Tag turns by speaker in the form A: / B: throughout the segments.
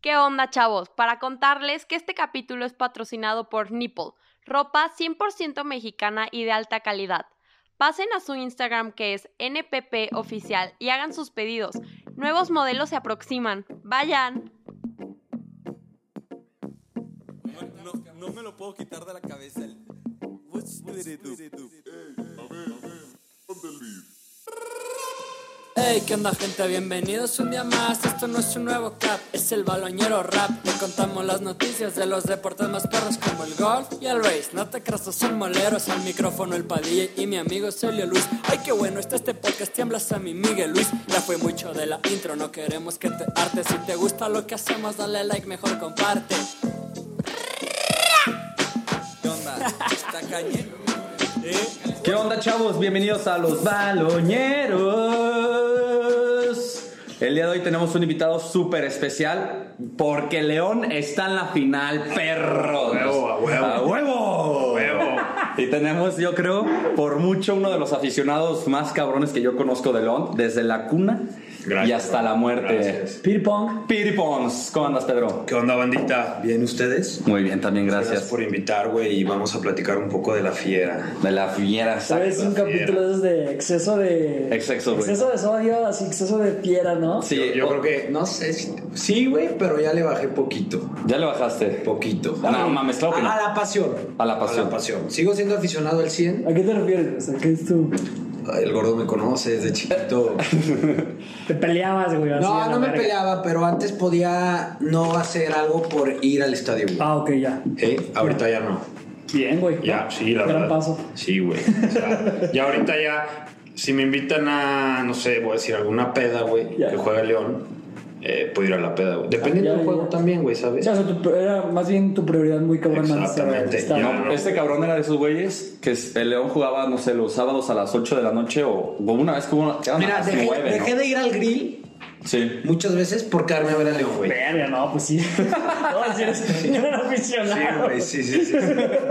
A: ¿Qué onda, chavos? Para contarles que este capítulo es patrocinado por Nipple, ropa 100% mexicana y de alta calidad. Pasen a su Instagram que es NPP Oficial y hagan sus pedidos. Nuevos modelos se aproximan. Vayan.
B: No, no- no me lo puedo quitar de la cabeza. el- What's with it, dude?
C: Hey, ¿qué onda gente? Bienvenidos un día más, esto no es un nuevo cap, es el baloñero rap. Te contamos las noticias de los deportes más perros como el golf y el race. No te creas, no son moleros, al micrófono el padilla y mi amigo Celio Luis. Ay, qué bueno está este podcast, tiemblas a mi Miguel Luis. Ya fue mucho de la intro, no queremos que te artes. Si te gusta lo que hacemos, dale like, mejor comparte.
B: ¿Qué onda? ¿Está cañero?
D: ¿Qué onda chavos? Bienvenidos a los baloñeros. El día de hoy tenemos un invitado súper especial porque León está en la final, perro.
E: huevo, a huevo.
D: A huevo.
E: huevo.
D: Y tenemos, yo creo, por mucho uno de los aficionados más cabrones que yo conozco de León, desde la cuna
E: Gracias,
D: y hasta la muerte.
E: gracias.
D: Piripons. Piripons. ¿Cómo andas, Pedro?
E: ¿Qué onda, bandita? ¿Bien ustedes?
D: Muy bien, también
E: Gracias
D: gracias.
E: por invitar, güey, y vamos a platicar un poco de la fiera.
D: De la fiera, exacto.
F: Es un capítulo de esos de exceso de.
D: Exceso, güey.
F: exceso de sodio, así exceso de fiera, ¿no?
D: Sí,
E: yo, yo creo que, no sé, si- sí, güey, pero ya le bajé poquito,
D: ya le bajaste.
E: poquito.
D: No, mames, claro que
E: a,
D: no.
E: a la pasión.
D: A la pasión.
E: A la pasión. Sigo siendo aficionado al 100.
F: ¿A qué te refieres? O sea, ¿qué es tú?
E: Ay, El gordo me conoce desde chiquito.
F: Te peleabas, güey. así a
E: No,
F: la
E: no me
F: verga.
E: peleaba, pero antes podía no hacer algo por ir al estadio. güey.
F: Ah, ok, ya.
E: Eh, ahorita ya no.
F: Bien, güey.
E: Ya, sí, la
F: Gran
E: verdad.
F: paso.
E: Sí, güey. O sea, ya ahorita ya, si me invitan a, no sé, voy a decir alguna peda, güey,
F: Ya.
E: que juega León, eh, puedo ir a la peda, güey. Dependiendo
F: Ah,
E: del
F: ya, ya,
E: juego
F: ya.
E: también, güey, ¿sabes?
F: Ya, o sea, tu- era más bien tu prioridad muy cabrón.
E: Exactamente,
F: Está-
E: ya.
D: No, este cabrón era de esos güeyes que el León jugaba, no sé, los sábados a las 8 de la noche o o una vez que hubo una. que eran a
F: Ah,
E: Mira,
D: las
E: dejé,
D: nueve, ¿no?
E: dejé de ir al grill
D: Sí.
E: muchas veces por quedarme a ver a León, güey.
F: Verga, no, pues sí. no, si eres un gran
E: Sí,
F: aficionado.
E: güey, sí, sí, sí.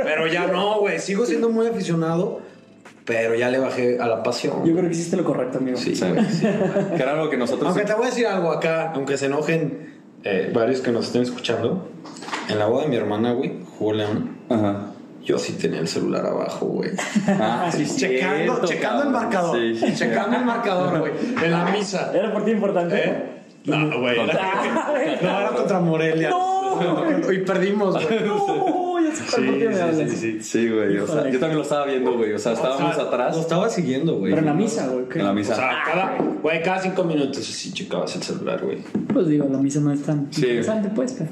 E: Pero ya no, güey. Sigo siendo muy aficionado, pero ya le bajé a la pasión.
F: Yo creo que hiciste lo correcto, amigo.
E: Sí.
D: Sí. Que era algo que nosotros.
E: Aunque te voy a decir algo acá, aunque se enojen eh, varios que nos estén escuchando. En la boda de mi hermana, güey, jugó León.
D: Ajá.
E: Yo sí tenía el celular abajo, güey.
D: Ah, sí,
E: Checando,
D: cierto,
E: checando el
D: cabrón.
E: marcador.
D: Sí, sí,
E: Checando el marcador, güey. En la misa.
F: Era por ti importante.
E: ¿Eh? No, güey.
F: Ah,
E: No, era contra Morelia.
F: No.
E: Y perdimos, güey.
F: No, ya sé por qué me hablas.
D: sí. Sí, güey. O sea,
F: Híjole.
D: yo también lo estaba viendo, güey. O sea, estábamos
E: Lo
D: atrás
E: estaba siguiendo, güey.
F: Pero en la misa, güey. ¿qué?
D: en la
E: O
D: misa.
E: sea, cada, Ah, güey, cada cinco minutos sí checabas el celular, güey.
F: Pues digo, la misa no es tan
D: Sí.
F: interesante, pues, pero.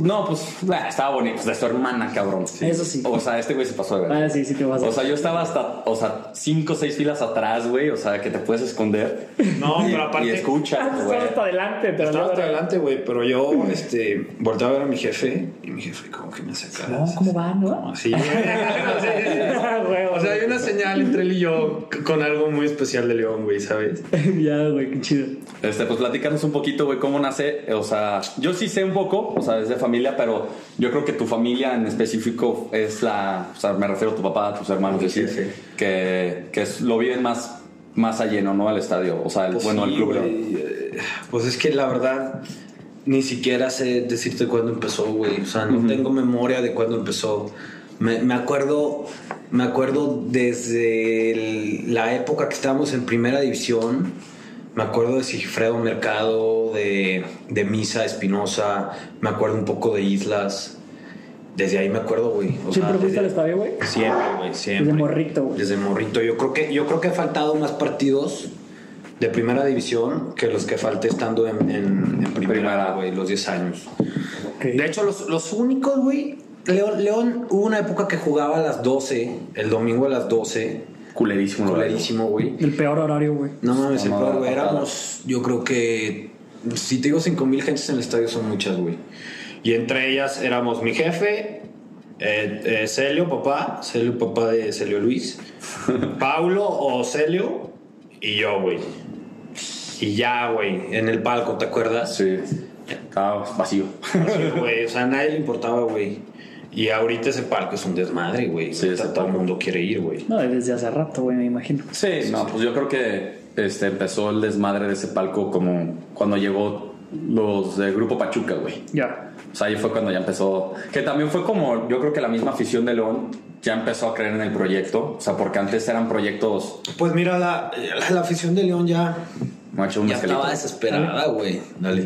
D: no, pues nah, estaba bonito. pues, de su hermana, cabrón.
F: Eso sí.
D: O sea, este güey se pasó de verdad.
F: Ah, sí, sí te vas a.
D: O sea, yo estaba hasta, o sea, cinco o seis filas atrás, güey. O sea, que te puedes esconder.
E: No,
D: Y-
E: pero aparte-
D: Y
G: Ah,
D: escucha,
G: pues,
F: Estaba
D: güey.
F: hasta adelante, pero
E: Estaba hasta adelante, güey, pero yo, este, volteaba a ver a mi jefe y mi jefe como que me sacaba.
F: No, ¿cómo va, no?
E: Así, güey. No sé.
F: Güey,
E: O sea, hay una señal entre él y yo c- con algo muy especial de León, güey, ¿sabes?
F: ya, güey, qué chido.
D: Este, pues platícanos un poquito, güey, cómo nace. eh, O sea, yo sí sé un poco, o sea, es de familia, pero yo creo que tu familia en específico es la. O sea, me refiero a tu papá, a tus hermanos,
E: Sí,
D: sí,
E: sí.
D: Que, que es- lo viven más, más a lleno, ¿no? Al estadio, o sea, el,
E: Pues
D: bueno,
E: sí,
D: el club.
E: güey.
D: ¿no?
E: Eh, Pues es que la verdad, ni siquiera sé decirte cuándo empezó, güey. O sea, no tengo memoria de cuándo empezó. Me, me acuerdo. Me acuerdo desde el- la época que estábamos en primera división. Me acuerdo de Sigfredo Mercado, de, de Misa Espinosa. Me acuerdo un poco de Islas. Desde ahí me acuerdo, güey. O sea,
F: ¿Siempre fuiste
E: desde-
F: al estadio, güey?
E: Siempre, güey, siempre.
F: Desde morrito, güey.
E: Desde morrito. Yo creo que, yo creo que he faltado más partidos de primera división que los que falté estando en, en- en primera,
D: Primera.
E: güey, los 10 años.
F: Ok.
E: De hecho, los, los únicos, güey. León, León, hubo una época que jugaba a las 12, el domingo a las 12.
D: Culerísimo, güey.
E: Clarísimo, güey.
F: El peor horario, güey.
E: No mames, el
D: No,
E: peor,
D: no,
E: güey.
D: no, no.
E: Éramos, yo creo que. Si te digo 5000 gentes en el estadio, son muchas, güey. Y entre ellas éramos mi jefe, eh, eh, Celio, papá, Celio, papá de Celio Luis, Paulo o Celio, y yo, güey. Y ya, güey, en el palco, ¿te acuerdas?
D: Sí. Estaba vacío.
E: Sí, güey, o sea, a nadie le importaba, güey. Y ahorita ese palco es un desmadre, güey.
D: Sí,
E: Ahorita
D: ese
E: todo el
D: palco.
E: mundo quiere ir, güey.
F: No, desde hace rato, güey, me imagino.
D: Sí, no, pues yo creo que este, empezó el desmadre de ese palco como cuando llegó los de Grupo Pachuca, güey.
F: Ya.
D: O sea, ahí fue cuando ya empezó. Que también fue como, yo creo que la misma afición de León ya empezó a creer en el proyecto. O sea, porque antes eran proyectos,
E: Pues mira, la, la, la afición de León ya,
D: macho, un
E: ya
D: mezcalito.
E: estaba desesperada, güey. Dale.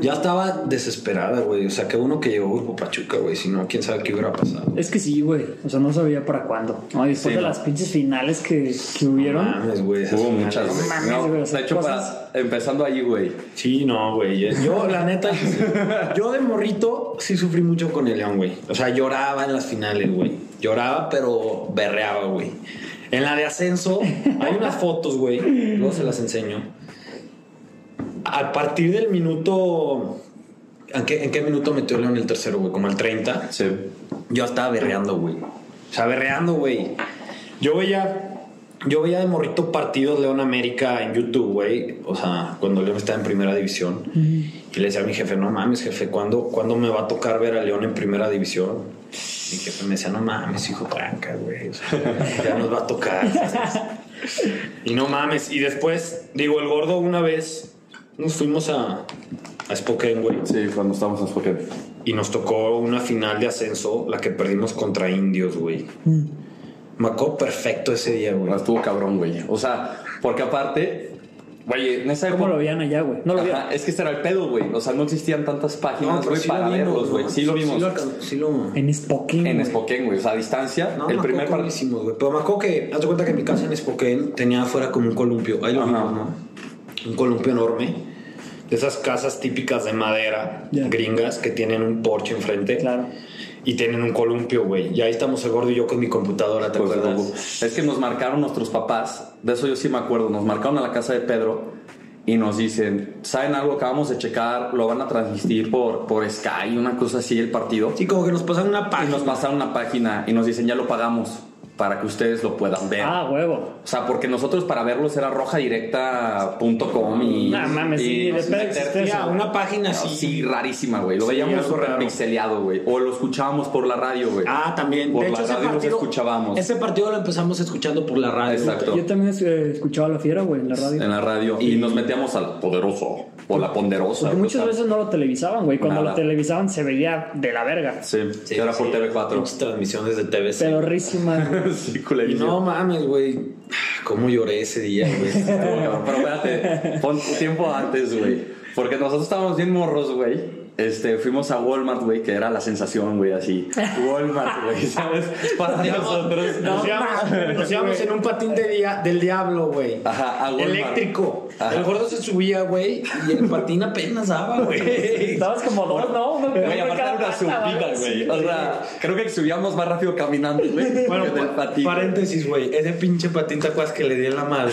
E: Ya estaba desesperada, güey. O sea, que uno que llegó Grupo Pachuca, güey. Si no, quién sabe qué hubiera pasado.
F: Es que sí, güey. O sea, no sabía para cuándo. No, y después
D: Sí,
F: de
D: no.
F: las pinches finales que, que hubieron.
E: Mames, güey. esas
D: Hubo
E: finales.
D: muchas, güey.
F: mames,
D: No,
F: güey, o sea,
D: de hecho,
F: cosas-
D: para- empezando ahí, güey.
E: Sí, no, güey. Yo- Yo, la neta, yo de morrito sí sufrí mucho con el León, güey. O sea, lloraba en las finales, güey. Lloraba, pero berreaba, güey. En la de ascenso, hay unas fotos, güey. Luego se las enseño. A partir del minuto. ¿En qué, en qué minuto metió León el tercero, güey? Como al 30.
D: Sí.
E: Yo estaba berreando, güey. O sea, berreando, güey. Yo veía. Yo veía de morrito partidos León América en YouTube, güey. O sea, cuando León estaba en primera división. Y le decía a mi jefe, no mames, jefe, ¿cuándo, ¿cuándo me va a tocar ver a León en primera división? Mi jefe me decía, no mames, hijo tranca, güey. O sea, ya nos va a tocar. y no mames. Y después, digo, el gordo una vez nos fuimos a, a Spokane, güey.
D: Sí, cuando estábamos en Spokane.
E: Y nos tocó una final de ascenso, la que perdimos contra Indios, güey. Me acuerdo perfecto ese día, güey.
D: Bueno, estuvo cabrón, güey. O sea, porque aparte, güey, en esa
F: ¿Cómo
D: época-
F: lo veían allá, güey? No lo
D: Ajá,
F: vieron.
D: es que este era el pedo, güey. O sea, no existían tantas
E: No,
D: páginas,
E: pero
D: güey,
E: sí lo
D: para
E: vimos,
D: verlos,
E: ¿no?
D: güey. Sí lo vimos.
E: Sí lo, alcan- sí lo-
F: En Spokane.
D: en
F: güey.
D: Spokane, güey. O sea, a distancia.
E: No,
D: el
E: me
D: primer
E: acuerdo cómo
D: partido.
E: hicimos, güey. Pero me acuerdo que, haz de cuenta que mi casa en Spokane tenía afuera como un columpio. Ahí lo
D: Ajá.
E: vimos, ¿no? Un columpio enorme. De esas casas típicas de madera,
F: Ya.
E: gringas, que tienen un porche enfrente.
F: Claro.
E: Y tienen un columpio, güey. Y ahí estamos el gordo y yo con mi computadora, ¿te
D: Pues,
E: acuerdas?
D: loco. es que nos marcaron nuestros papás, de eso yo sí me acuerdo, nos marcaron a la casa de Pedro y nos dicen, ¿saben algo? Acabamos de checar, lo van a transmitir por, por Sky, una cosa así, el partido.
E: Sí, como que nos pasan una
D: Y
E: página.
D: nos pasaron una página y nos dicen, ya lo pagamos para que ustedes lo puedan ver.
F: Ah, huevo.
D: O sea, porque nosotros para verlos era rojadirecta.com y...
F: Nah, mames, sí,
D: y-
F: de pedo existe
E: Ya,
F: eso.
E: una página así.
D: Sí, rarísima, güey. Lo
E: Sí,
D: veíamos
E: algo
D: súper
E: raro.
D: pixeleado, güey. O lo escuchábamos por la radio, güey.
E: Ah, también.
D: Por
E: de
D: la
E: hecho, ese
D: radio nos
E: partido,
D: escuchábamos.
E: Ese partido lo empezamos escuchando por la radio.
D: Exacto.
F: Yo también eh, escuchaba a la fiera, güey, en la radio.
D: en la radio. Y, nos metíamos al poderoso o la ponderosa.
F: Porque
D: o
F: muchas
D: sea,
F: veces no lo televisaban, güey. Cuando
D: Nada.
F: lo televisaban se veía de la verga.
D: Sí,
E: Sí,
D: que era por
E: sí,
D: TV4.
E: pinches transmisiones de TVC.
F: Pedorrísima. güey.
D: Sí,
E: Y
D: culerísimo.
E: no mames, güey. Cómo lloré ese día, güey.
D: Pero, cabrón, pero espérate, pon tiempo antes, güey. Porque nosotros estábamos bien morros, güey. Este, fuimos a Walmart, güey, que era la sensación, güey, así. Walmart, güey, ¿sabes? Para nosotros.
E: Nos íbamos, nos íbamos en un patín de dia- del diablo, güey.
D: Ajá, a Walmart.
E: Eléctrico.
D: Ajá.
E: El gordo se subía, güey. Y el patín apenas daba, güey.
F: Estabas como dos, ¿no? Uno- uno
D: Güey,
F: de
D: aparte
F: cada
D: era una
F: pata,
D: subida, güey. O
F: Sí.
D: sea, creo que subíamos más rápido caminando, güey. que
E: Bueno,
D: del patín.
E: paréntesis, güey. Ese pinche patín, ¿te acuerdas que le di en la madre?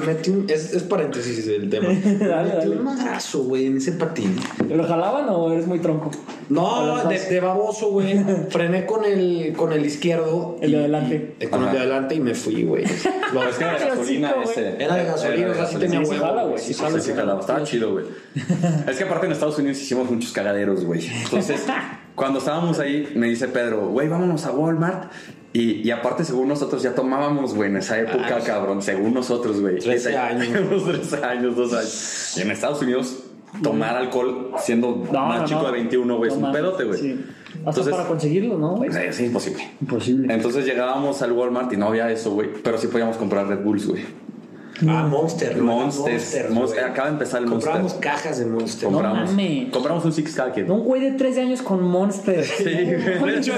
E: Me metí un... Es, es paréntesis del tema. Me
F: Dale,
E: metí
F: dale.
E: un madrazo, güey, en ese patín.
F: ¿Lo jalaban o eres muy tronco?
E: No,
F: ¿O las
E: no, de,
F: dos?
E: de baboso, güey. Frené con el, con el izquierdo.
F: El
E: y-
F: de adelante.
E: y- eh, con
D: Ajá.
E: el de adelante y me fui, güey. Lo-
D: Es que era de gasolina
F: Diosito,
D: ese.
E: Era de gasolina, o sea, sí tenía
F: Sí, se
E: huevo.
F: jala, güey.
E: Sí,
F: Sí,
E: sí,
F: jala,
D: Sí, sí,
F: sí,
D: jalaba.
F: jala.
D: Estaba chido, güey. Es que aparte en Estados Unidos hicimos muchos cagaderos, güey. Entonces, cuando estábamos ahí, me dice Pedro, güey, vámonos a Walmart. Y, y aparte, según nosotros, ya tomábamos, güey, en esa época,
F: Ah,
D: cabrón. Según nosotros, güey.
E: 13 años.
D: Unos 13 años, 2 años. Y en Estados Unidos, tomar alcohol siendo
F: No,
D: más
F: no,
D: chico
F: no.
D: de 21, güey, es
F: No
D: un
F: mames,
D: pedote, güey.
F: sí. Hasta
D: Entonces- pues,
F: para conseguirlo, ¿no, güey?
D: O sea, Es imposible.
F: Imposible.
D: Entonces llegábamos al Walmart y no había eso, güey. Pero sí podíamos comprar Red Bulls, güey.
E: Ah, Monster. lo era
D: Monster, Monster,
E: güey.
D: acaba de empezar el
E: Comprábamos
D: Monster.
E: cajas de Monster.
F: No
D: Compramos,
F: mames.
D: compramos un Six Pack.
F: Un güey de 13 años con Monster.
D: Sí, de hecho,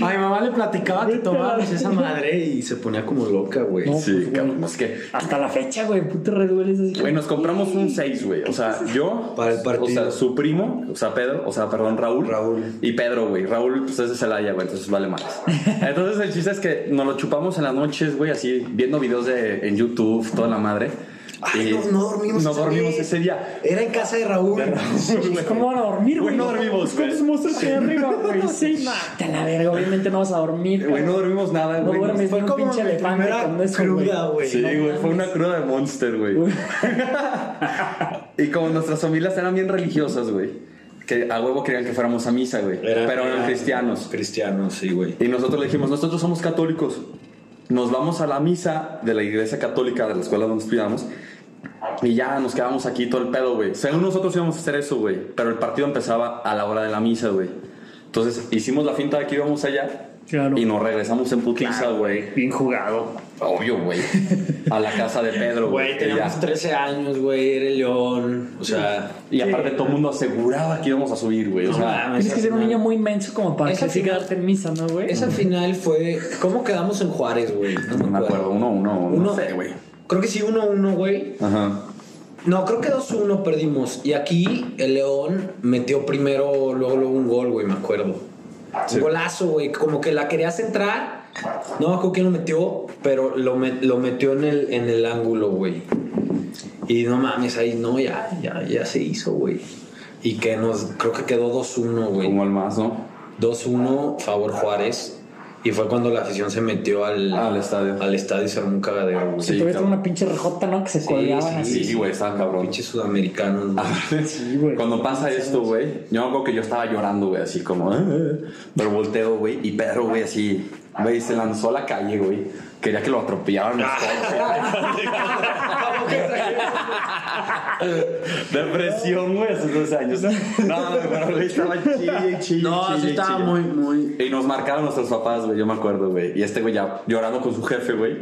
E: A mi mamá le platicaba que
F: Vete a
E: tomábamos
F: la-
E: esa madre y se ponía como loca, güey.
F: No,
D: Sí,
F: pues, güey.
D: cabrón, es que-
F: Hasta la fecha, güey, puto Red Bull es así.
D: Güey, nos compramos un 6, güey. O sea, yo.
E: Para el partido.
D: O sea, su primo, o sea, Pedro, o sea, perdón, Raúl.
E: Raúl.
D: Y Pedro, güey. Raúl, pues es de Celaya, güey, entonces vale más. Entonces el chiste es que nos lo chupamos en las noches, güey, así, viendo videos de, en YouTube, toda la madre.
E: Ay,
D: Y
E: no, no dormimos
D: No
E: ese
D: dormimos
E: día.
D: ese día.
E: Era en casa de Raúl.
F: Pues, ¿Cómo van a dormir,
D: Güey,
F: güey?
D: no dormimos, güey.
F: ¿Cuántos monstruos hay arriba, güey? Sí, mate la verga. Obviamente no vas a dormir.
D: Güey, no
F: cabrón.
D: dormimos nada,
F: No
D: güey.
F: duermes
E: Fue
F: ni un
E: como
F: pinche
E: mi
F: elefante
E: primera
F: con eso,
E: cruda, güey.
D: Sí, güey, fue una cruda de Monster, güey. y como nuestras familias eran bien religiosas, güey, que a huevo querían que fuéramos a misa, güey.
E: Era-
D: Pero eran
E: era-
D: cristianos.
E: Cristianos, sí, güey.
D: Y nosotros le dijimos, nosotros somos católicos. Nos vamos a la misa de la iglesia católica de la escuela donde estudiamos Y ya nos quedamos aquí todo el pedo, güey. Según nosotros íbamos a hacer eso, güey. Pero el partido empezaba a la hora de la misa, güey. Entonces hicimos la finta de que íbamos allá.
F: Claro.
D: Y nos regresamos en putiza, güey.
F: Bien jugado.
D: Obvio, güey. A la casa de Pedro,
E: Güey,
D: güey. que
E: teníamos
D: ya-
E: 13 años, güey, era el león. O sea,
D: Y aparte todo el mundo aseguraba que íbamos a subir, güey. O
E: No
D: sea,
E: mames,
F: Tienes que
E: esa
F: ser un
E: final-
F: niño muy inmenso como para
E: Esa
F: que sí
E: final-
F: quedarte en misa, ¿no, güey?
E: Esa final fue. ¿Cómo quedamos en Juárez, güey?
D: no me acuerdo, uno, uno,
E: Uno-
D: no sé, güey.
E: Creo que sí, 1-1, güey.
D: Ajá.
E: No, creo que 2-1 perdimos. Y aquí el León metió primero, luego, luego un gol, güey, me acuerdo.
D: Sí.
E: Un golazo, güey. Como que la quería centrar. No me acuerdo quién lo metió, pero lo, met- lo metió en el, en el ángulo, güey. Y no mames, ahí no, ya, ya, ya se hizo, güey. Y que nos, creo que quedó 2-1, güey.
D: Como el más, ¿no?
E: 2-1 favor Juárez. Y fue cuando la afición se metió al,
D: Al estadio.
E: Al estadio y se armó un cagadero, güey.
D: Sí,
F: Tuviste
D: cabrón.
F: una pinche rejota, ¿no? Que se colgaban
E: sí,
D: Sí, güey, estaba cabrón.
E: Pinches sudamericanos, güey.
D: Ah.
F: Sí, güey.
D: Cuando pasa esto, güey, yo me acuerdo que yo estaba llorando, güey, así como, "Ah, ah". pero volteo, güey, y Pedro, güey, así, güey, se lanzó a la calle, güey. Quería que lo atropellaran los coches. Depresión, güey, hace dos años. No, no, pero güey, estaba chille, y chille.
E: No, sí
D: chille,
E: estaba
D: chille.
E: muy, muy.
D: Y nos marcaron nuestros papás, güey, yo me acuerdo, güey. Y este güey ya llorando con su jefe, güey.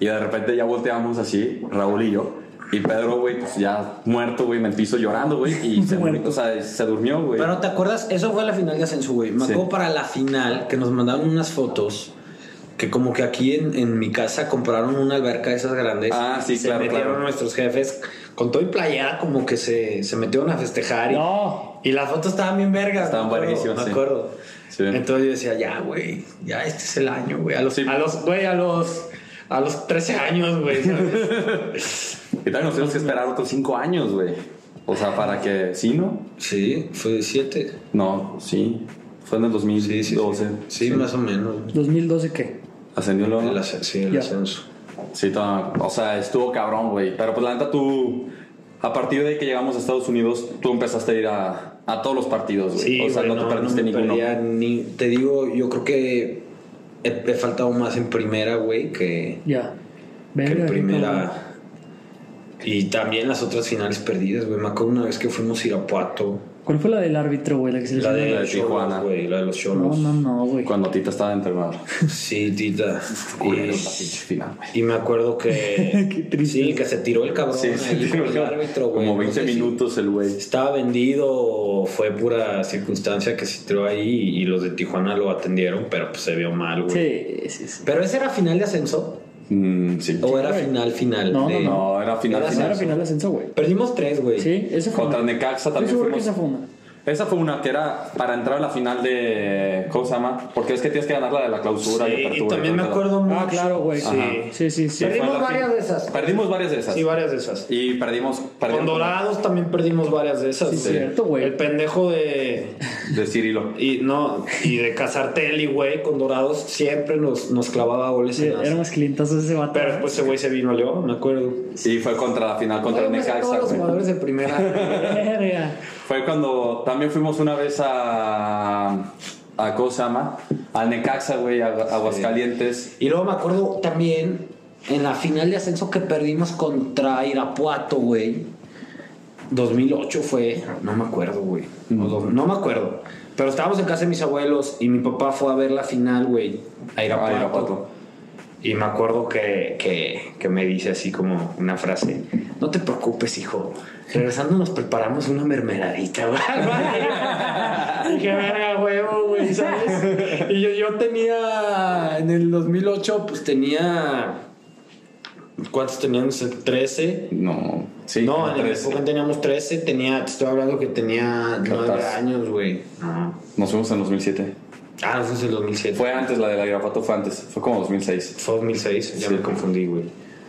D: Y de repente ya volteamos así, Raúl y yo. Y Pedro, güey, pues ya muerto, güey, en el piso llorando, güey. Y se,
F: Muerto.
D: o sea, se durmió, güey.
E: Pero te acuerdas, eso fue la final de ascenso, güey. Me
D: Sí.
E: acuerdo para la final que nos mandaron unas fotos. Que como que aquí en, en mi casa compraron una alberca de esas grandes.
D: Ah, sí,
E: se
D: claro,
E: metieron
D: claro.
E: nuestros jefes con todo y playera, como que se, se metieron a festejar. Y,
F: No.
E: y las fotos estaban bien vergas.
D: Estaban
E: me acuerdo,
D: buenísimas,
E: Me
D: sí.
E: acuerdo.
D: Sí.
E: Entonces yo decía, ya, güey, ya este es el año, güey. A los,
D: Sí.
E: a los, güey, a los, a los 13 años, güey. ¿sabes?
D: Y tal, nos tenemos que esperar otros cinco años, güey. O sea, para que... ¿Sí, no?
E: sí, fue de 7.
D: No, sí. Fue en el 2012.
E: Sí, sí, Sí, más o menos. güey.
F: ¿2012 qué?
D: Ascendió luego.
E: El asc- sí, el
F: Ya.
E: ascenso.
D: Sí, toma, o sea, estuvo cabrón, güey. Pero pues la neta, tú, a partir de que llegamos a Estados Unidos, tú empezaste a ir a, a todos los partidos, güey. o sea,
E: güey,
D: no, te perdiste
E: me
D: ninguno.
E: perdía ni- te digo, yo creo que he, he faltado más en primera, güey, que,
F: Ya.
E: que en
F: Verga,
E: primera. Y también las otras finales perdidas, güey. Me acuerdo una vez que fuimos a Irapuato.
F: ¿Cuál fue la del árbitro, güey? La que se le
E: La
F: hizo?
E: de,
D: la de
E: los Cholos,
D: Tijuana.
E: güey. La de los
F: No,
E: Cholos.
F: no, no, güey.
D: Cuando Tita estaba en entrenador.
E: Sí, tita.
D: Culero, la pinche
E: Y,
D: final, güey.
E: y me acuerdo
F: Qué
E: que.
F: triste.
E: sí, que se tiró el cabrón.
D: Sí, sí,
E: ahí con el
D: tío,
E: árbitro, güey.
D: Como
E: No
D: 20
E: sé si-
D: minutos el güey.
E: ¿Estaba vendido o fue pura circunstancia que se tiró ahí y los de Tijuana lo atendieron, pero pues se vio mal, güey?
F: Sí, sí, sí.
E: ¿Pero ese era final de ascenso?
D: Mm, sí.
E: ¿O era
F: güey.
E: final, final?
F: No,
E: de-
F: no,
D: No, era final,
E: Era
F: No era
D: final.
F: final de ascenso, güey.
E: Perdimos tres, güey.
F: Sí, esa fue
D: Contra
F: una.
D: Necaxa
F: Estoy
D: también
F: seguro que
D: fuimos.
F: esa fue una.
D: Esa fue una que era para entrar a la final de. ¿Cómo se llama? Porque es que tienes que ganar la de la clausura
E: Sí,
D: y apertura.
E: y también me
D: todo el pedo.
E: acuerdo mucho.
F: Ah, claro, güey.
D: Ajá.
F: Sí, sí, sí. sí.
D: Sí, fue
E: Perdimos
D: la
E: varias
D: fin-
E: de esas.
D: Perdimos varias de esas.
E: Sí, varias de esas.
D: Y perdimos. perdimos
E: Con Dorados también perdimos varias de esas.
F: Sí,
E: güey.
F: cierto, güey.
E: El pendejo de...
D: De Cirilo.
E: Y no, y de Casartelli, güey, con Dorados siempre nos, nos clavaba goles
F: Sí,
E: en las-
F: éramos clientazos de ese vato.
E: Pero pues, después ese güey se vino a León, me acuerdo.
D: Y fue contra la final contra el
E: Oye, me sé todos
D: Necaxa.
E: los
D: güey.
E: jugadores de primera.
F: Verga.
D: Fue cuando también fuimos una vez a. a Cosama, al Necaxa, güey, a, a Aguascalientes.
E: y luego me acuerdo también en la final de ascenso que perdimos contra Irapuato, güey. 2008 fue, no me acuerdo, güey. No, no me acuerdo. Pero estábamos en casa de mis abuelos y mi papá fue a ver la final, güey, a Irapuato.
D: A Ah, Irapuato.
E: Y me acuerdo que, que, que me dice así como una frase, no te preocupes, hijo, regresando nos preparamos una mermeladita, güey. Dije, verga, huevo, güey, ¿sabes? Y yo, yo tenía, en el 2008, pues tenía, ¿cuántos teníamos? ¿13?
D: No, sí.
E: no, en el
D: tres.
E: Espogen teníamos 13, tenía, te estoy hablando que tenía 9
D: Catorce.
E: años, güey. No.
D: Nos fuimos en 2007.
E: Ah, no, fue en el 2007.
D: Fue antes, la de la Irapuato fue antes. Fue como 2006.
E: Fue 2006, ya
D: Sí.
E: me confundí, güey.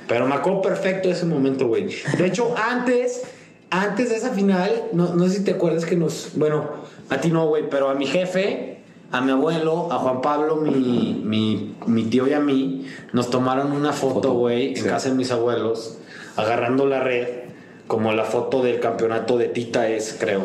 E: Pero me acuerdo perfecto ese momento, güey. De hecho, antes, antes de esa final, no, no sé si te acuerdas que nos. Bueno, a ti no, güey, pero a mi jefe, a mi abuelo, a Juan Pablo, mi, mi, mi tío y a mí, nos tomaron una foto,
D: Foto,
E: güey, en
D: sí.
E: casa de mis abuelos, agarrando la red, como la foto del campeonato de Tita es, creo.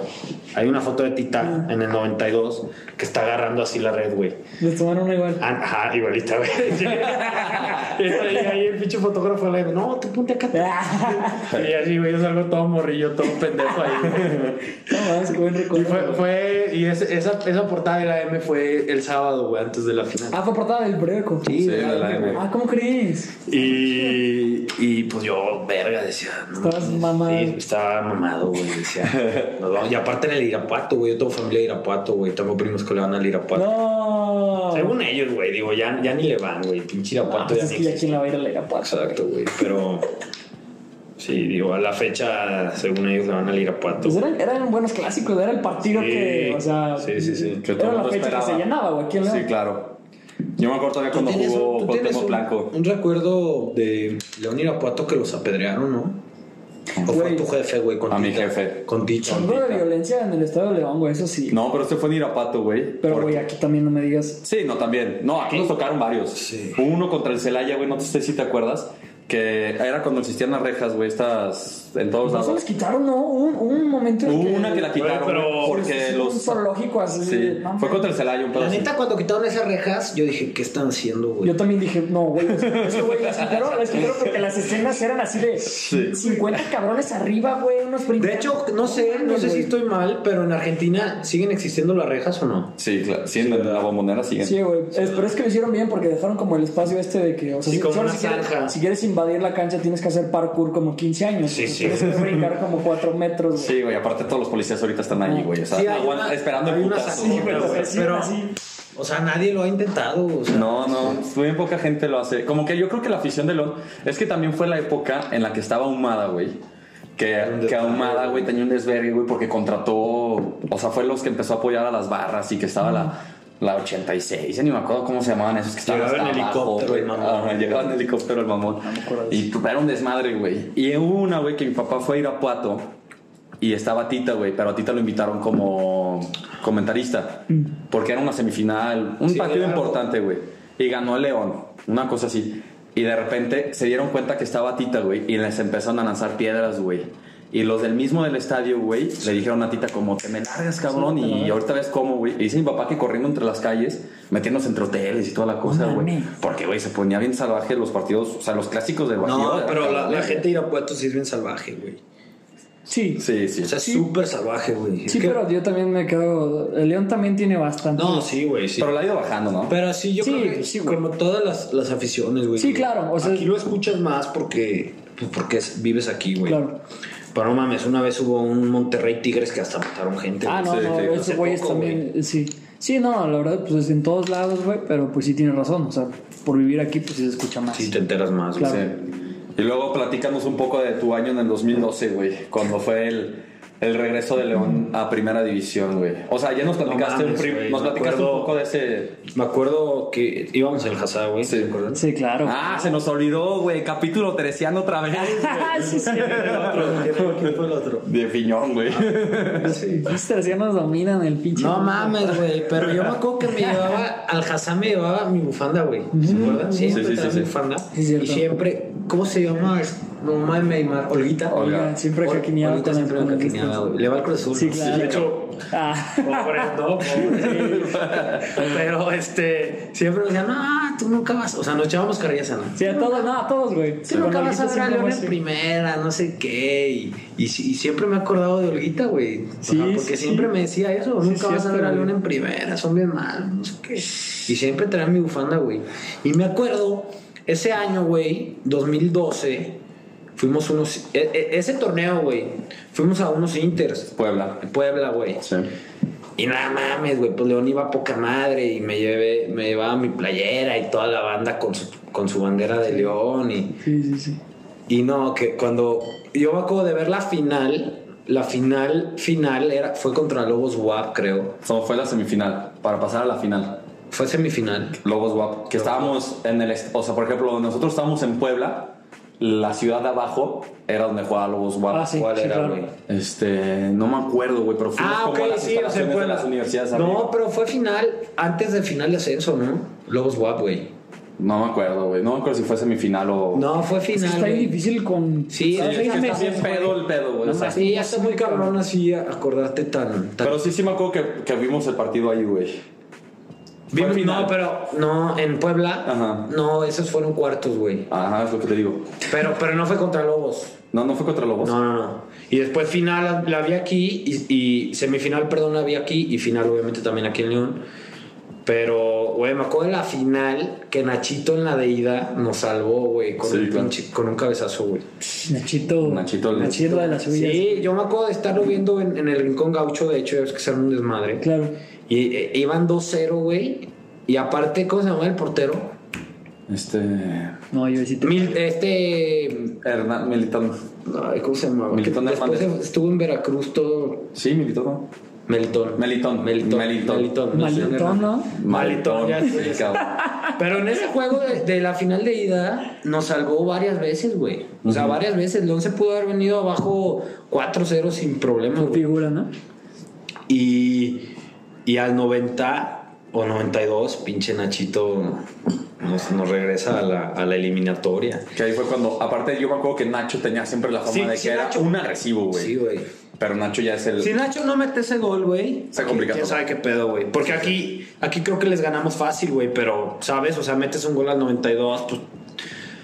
E: Hay una foto de
D: Ah.
E: Tita en el 92 que está agarrando así la red, güey.
F: Les tomaron una igual.
E: Ah, Ajá, igualita, güey.
F: Y ahí, ahí el pinche fotógrafo le dijo, no, tú ponte acá.
E: Ah.
F: Y así, güey, yo salgo todo morrillo, todo pendejo ahí. güey.
G: más, qué buen
F: Y
G: recuerdo.
F: fue, fue- y ese- esa, esa portada de la M fue el sábado, güey, antes de la final.
G: Ah, fue portada del periódico.
E: Sí, de la M.
G: Ah, ¿cómo crees?
F: Y, y pues yo, verga, decía. No,
G: Estabas
F: mames.
G: mamado.
E: Sí, estaba mamado, güey. Decía, nos vamos. Y aparte en el Irapuato, güey. Yo tengo familia de Irapuato, güey. Tengo primos que le van al Irapuato.
G: No.
E: Según ellos, güey. Digo, ya, ya ni le van, güey. Pinche
G: Ah,
E: Irapuato
G: pues
E: ya
G: es
E: ni
G: que ya
E: existe.
G: quién la va a ir a la Irapuato.
E: Exacto, güey. Pero. Sí, digo, a la fecha, según ellos, le van al Irapuato.
G: Pues eran, eran buenos clásicos, era el partido
E: Sí.
G: que, o sea,
E: Sí, sí, sí.
D: Que todo
G: era
D: el
G: la
D: mundo
G: fecha que se
D: esperaba.
G: llenaba, güey. ¿Quién le
D: Sí, claro. Yo me acuerdo todavía cuando
E: ¿Tú tienes
D: jugó
E: un- tú tienes
D: Cuauhtémoc
E: un-
D: Blanco.
E: Un recuerdo de León Irapuato que los apedrearon, ¿no? O fue
G: Güey.
E: tu jefe, güey, con
D: A mi
E: Tita.
D: jefe.
E: Con Ticho.
G: Chingo de violencia en el Estado de León, güey, eso sí.
D: No, pero este fue en Irapato, güey.
G: Pero,
D: Porque-
G: güey, aquí también no me digas.
D: Sí, no, también. No, aquí nos tocaron varios.
E: Sí.
D: Hubo Uno contra el Celaya, güey, no sé si te acuerdas. Que era cuando existían las rejas, güey, estas en todos
G: No se les
D: lados.
G: quitaron, ¿no? Hubo un, hubo un momento en
D: Hubo
G: que- pues,
D: una que la quitaron,
F: Güey, pero-
D: güey, porque
G: Sí, Un
D: los.
G: zoológico así.
D: Sí,
G: no,
D: fue contra el Celaya, un
E: La
D: pedazo.
E: neta, cuando quitaron esas rejas, yo dije, ¿qué están haciendo, güey?
G: Yo también dije, no, güey, o sea, es que, güey, las quitaron, las quitaron porque las escenas eran así de 50 cabrones arriba, güey, unos brincos.
E: De hecho, no sé, no sé si estoy mal, pero en Argentina siguen existiendo las rejas o no.
D: Sí, claro. Sí, en la bombonera siguen.
G: Sí, güey. Es- pero es que lo hicieron bien porque dejaron como el espacio este de que, o sea,
E: Sí,
G: si,
E: como
G: solo
E: una
G: si
E: zanja.
G: quieres, si quieres invadir la cancha tienes que hacer parkour como 15 años.
E: Sí,
G: Entonces,
E: sí.
G: Tienes que brincar como 4 metros, güey.
D: Sí, güey, aparte todos los policías ahorita están
G: Ah,
D: ahí, güey. O sea,
E: Sí, hay
D: aguanta-
E: una-
D: esperando
E: hay
D: el
E: una
D: putazo.
E: salida,
D: güey.
G: pero
E: güey,
G: sí, así.
E: O sea, nadie lo ha intentado. o sea,
D: No, no, muy poca gente lo hace. Como que yo creo que la afición de León es que también fue la época en la que estaba Ahumada, güey. Que, que Ahumada, güey, tenía un desvergue, güey, porque contrató, o sea, fue los que empezó a apoyar a las barras y que estaba la, la 86, ya ni me acuerdo cómo se llamaban esos que estaban
E: Llegaba en
D: hasta abajo,
E: helicóptero
D: güey.
E: el mamón.
D: Ajá, llegaba en helicóptero el mamón. y era un desmadre, güey. Y hubo una, güey, que mi papá fue a Irapuato y estaba Tita, güey, pero a Tita lo invitaron como comentarista porque era una semifinal, un
E: Mm. Sí,
D: partido
E: era algo.
D: importante, güey. Y ganó León, una cosa así. Y de repente se dieron cuenta que estaba Tita, güey, y les empezaron a lanzar piedras, güey. Y los del mismo del estadio, güey, le dijeron a Tita como, te me largas, cabrón, y ahorita ves cómo, güey. Y dice mi papá que corriendo entre las calles, metiéndose entre hoteles y toda la cosa, güey. Porque, güey, se ponía bien salvaje los partidos, o sea, los clásicos del Bajío.
E: No,
D: eran
E: pero la, la
D: cabrones.
E: gente de Irapuato sí es bien salvaje, güey.
G: Sí.
D: Sí, sí.
E: O sea, es súper salvaje, güey. Es
G: Sí,
E: que-
G: pero yo también me quedo. El León también tiene bastante.
E: No, sí, güey, sí.
D: Pero la ha ido bajando, ¿no?
E: Pero sí, yo
G: Sí,
E: creo que
G: sí, güey.
E: como todas las, las aficiones, güey.
G: Sí, claro, o sea-
E: aquí lo escuchas más porque, pues, porque es- vives aquí, güey.
G: Claro.
E: Pero no mames, una vez hubo un Monterrey Tigres que hasta mataron gente.
G: Ah, no,
E: güey.
G: no,
E: Sí, hace
G: esos güeyes
E: poco,
G: también, sí. Sí, no, la verdad, pues es en todos lados, güey, pero pues sí tiene razón, o sea, por vivir aquí, pues sí se escucha más.
E: güey. Sí, te enteras más, güey.
G: Claro.
D: Sí. Y luego platícanos un poco de tu año en el 2012, güey, cuando fue el, el regreso de León a Primera División, güey. O sea, ya nos platicaste,
E: mames,
D: un, prim-
E: güey,
D: nos
E: me
D: platicaste un
E: acuerdo.
D: poco de ese...
E: Me acuerdo que íbamos al Hazá, güey.
D: Sí.
E: ¿te acuerdas?
G: Sí, claro.
D: Ah, se nos olvidó, güey, capítulo terciano otra vez.
G: sí, sí.
E: ¿Quién fue el otro?
D: De piñón, güey.
E: Ah.
G: Los tercianos dominan el pinche.
E: No mames, güey, pero yo me acuerdo que me llevaba, al Hassan me llevaba mi bufanda, güey. ¿Se acuerdan? Siempre
D: Sí, sí,
E: traía
D: sí,
E: mi
D: sí.
E: bufanda.
G: es cierto.
E: y siempre, ¿cómo se llama? No mames, Neymar. Olguita.
G: Olga, siempre
E: Ol-
G: caquineaba
E: Olguita
G: con el-
E: siempre
G: con el
E: caquineaba,
G: Cruz
E: güey. Le va al Cruz Azul.
G: Sí,
E: ¿no?
G: claro.
E: de hecho,
G: Ah,
E: pobre, no, pobre. Pero este, siempre me decían, no, tú nunca vas. O sea, nos echábamos carrillas a
G: sí, a todos, no, a todos, güey.
E: Tú nunca
G: Con
E: vas a
G: Olguita
E: ver a
G: siempre
E: León
G: fue
E: en
G: así.
E: primera, no sé qué. Y, y sí- y siempre me he acordado de Olguita, güey. O sea,
G: Sí, sí,
E: porque siempre
G: sí.
E: me decía eso. Nunca
G: es
E: vas a
G: cierto,
E: ver a
G: güey.
E: León en primera, son bien malos, no sé qué. Y siempre traía mi bufanda, güey. Y me acuerdo, ese año, güey, 2012, fuimos unos. e- e- ese torneo, güey, fuimos a unos Inters.
D: Puebla.
E: Puebla, güey.
D: Sí.
E: Y nada mames, güey, pues León iba a poca madre y me llevé, me llevaba mi playera y toda la banda con su, con su bandera de León y.
G: Sí, sí, sí.
E: Y no, que cuando yo me acabo de ver la final, la final final era fue contra Lobos WAP, creo.
D: So, fue la semifinal, para pasar a la final.
E: Fue semifinal.
D: Lobos WAP, que estábamos en el... est- O sea, por ejemplo, nosotros estábamos en Puebla, la ciudad de abajo era donde jugaba Lobos WAP.
G: Ah, sí,
E: ¿Cuál
G: sí,
E: era,
G: claro.
E: güey?
D: Este, no me acuerdo, güey, pero fuimos
E: Ah,
D: como a
E: ok,
D: las
E: sí, o sea,
D: instalaciones
E: fue
D: de las universidades
E: No,
D: arriba.
E: pero fue final antes del final de ascenso, ¿no? Lobos WAP, güey.
D: No me acuerdo, güey. No me acuerdo si fue semifinal o.
E: No, fue
G: Es que
E: final.
G: está bien
E: güey.
G: difícil con.
E: Sí,
D: Sí,
E: hace
D: es
E: seis
D: que está
E: meses,
D: bien pedo el pedo, güey. o sea.
E: Sí, ya está muy cabrón así acordarte tan, tan
D: Pero sí, sí me acuerdo que, que vimos el partido ahí, güey.
E: Vimos-
D: final.
E: no, pero no, en Puebla.
D: Ajá.
E: No, esos fueron cuartos, güey.
D: Ajá, es lo que te digo.
E: Pero, pero no fue contra Lobos.
D: No, no fue contra Lobos.
E: No, no, no. Y después final la vi aquí y, y semifinal, perdón, la vi aquí y final obviamente también aquí en León. Pero, güey, me acuerdo de la final que Nachito en la de ida nos salvó, güey, con,
D: Sí,
E: un
D: claro.
E: pinche- con un cabezazo, güey.
G: Nachito.
D: Nachito le-
G: Nachito de las suyas.
E: Sí, yo me acuerdo de estarlo viendo en, en el Rincón Gaucho, de hecho, es que se armó un desmadre.
G: Claro.
E: Y eh, iban 2-0, güey. Y aparte, ¿cómo se llama el portero?
D: Este.
G: No, yo sí te.
E: Mil- este...
D: Hernán Militón.
E: ay, ¿Cómo se llama?
D: Militón
E: después
D: Hernández.
E: estuvo en Veracruz todo...
D: Sí, Militón.
E: Melitón.
D: Melitón.
E: Melitón.
D: Melitón.
E: Melitón.
G: Malitón, ¿no?
E: Melitón, ya
D: sí,
E: estoy-
D: cabrón.
E: Pero en ese juego de, de la final de ida nos salvó varias veces, güey. O sea, varias veces. León se pudo haber venido abajo 4-0 sin problema,
G: Con
E: güey.
G: figura, ¿no?
E: Y, y al 90 o 92, pinche Nachito nos, nos regresa a la, a la eliminatoria.
D: Que ahí fue cuando, aparte, yo me acuerdo que Nacho tenía siempre la fama
E: Sí,
D: de que
E: sí,
D: era
E: Nacho.
D: un agresivo, güey.
E: Sí, güey.
D: Pero Nacho ya es el.
E: Si Nacho no mete ese gol, güey.
D: Está
E: aquí,
D: complicado.
E: ¿Quién sabe qué pedo, güey? Porque aquí, aquí creo que les ganamos fácil, güey. Pero, ¿sabes? O sea, metes un gol al 92, pues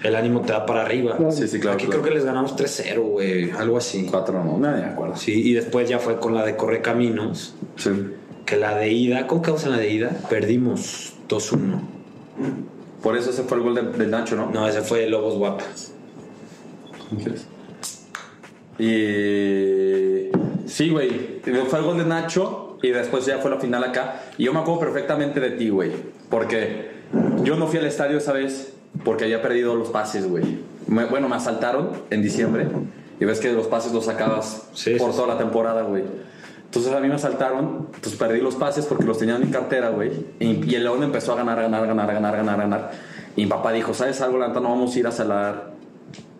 E: el ánimo te da para arriba.
D: Sí, sí, claro,
E: Aquí
D: claro.
E: creo que les ganamos 3-0, güey. Algo así.
D: Cuatro, no, no me acuerdo.
E: Sí, y después ya fue con la de Corre Caminos.
D: Sí.
E: Que la de ida, ¿cómo quedamos en la de ida? Perdimos 2-1.
D: Por eso ese fue el gol de, de Nacho, ¿no?
E: No, ese fue Lobos Guap.
D: ¿Cómo quieres? Y. Sí, güey. Fue el gol de Nacho y después ya fue la final acá. Y yo me acuerdo perfectamente de ti, güey. Porque yo no fui al estadio esa vez porque había perdido los pases, güey. Me- bueno, me asaltaron en diciembre. Y ves que los pases los sacabas
E: Sí,
D: por
E: sí,
D: toda la temporada, güey. Entonces a mí me asaltaron, pues perdí los pases porque los tenía en mi cartera, güey. Y, y el León empezó a ganar, ganar, ganar, ganar, ganar, ganar. Y mi papá dijo, ¿sabes algo, Lanta? No vamos a ir a salar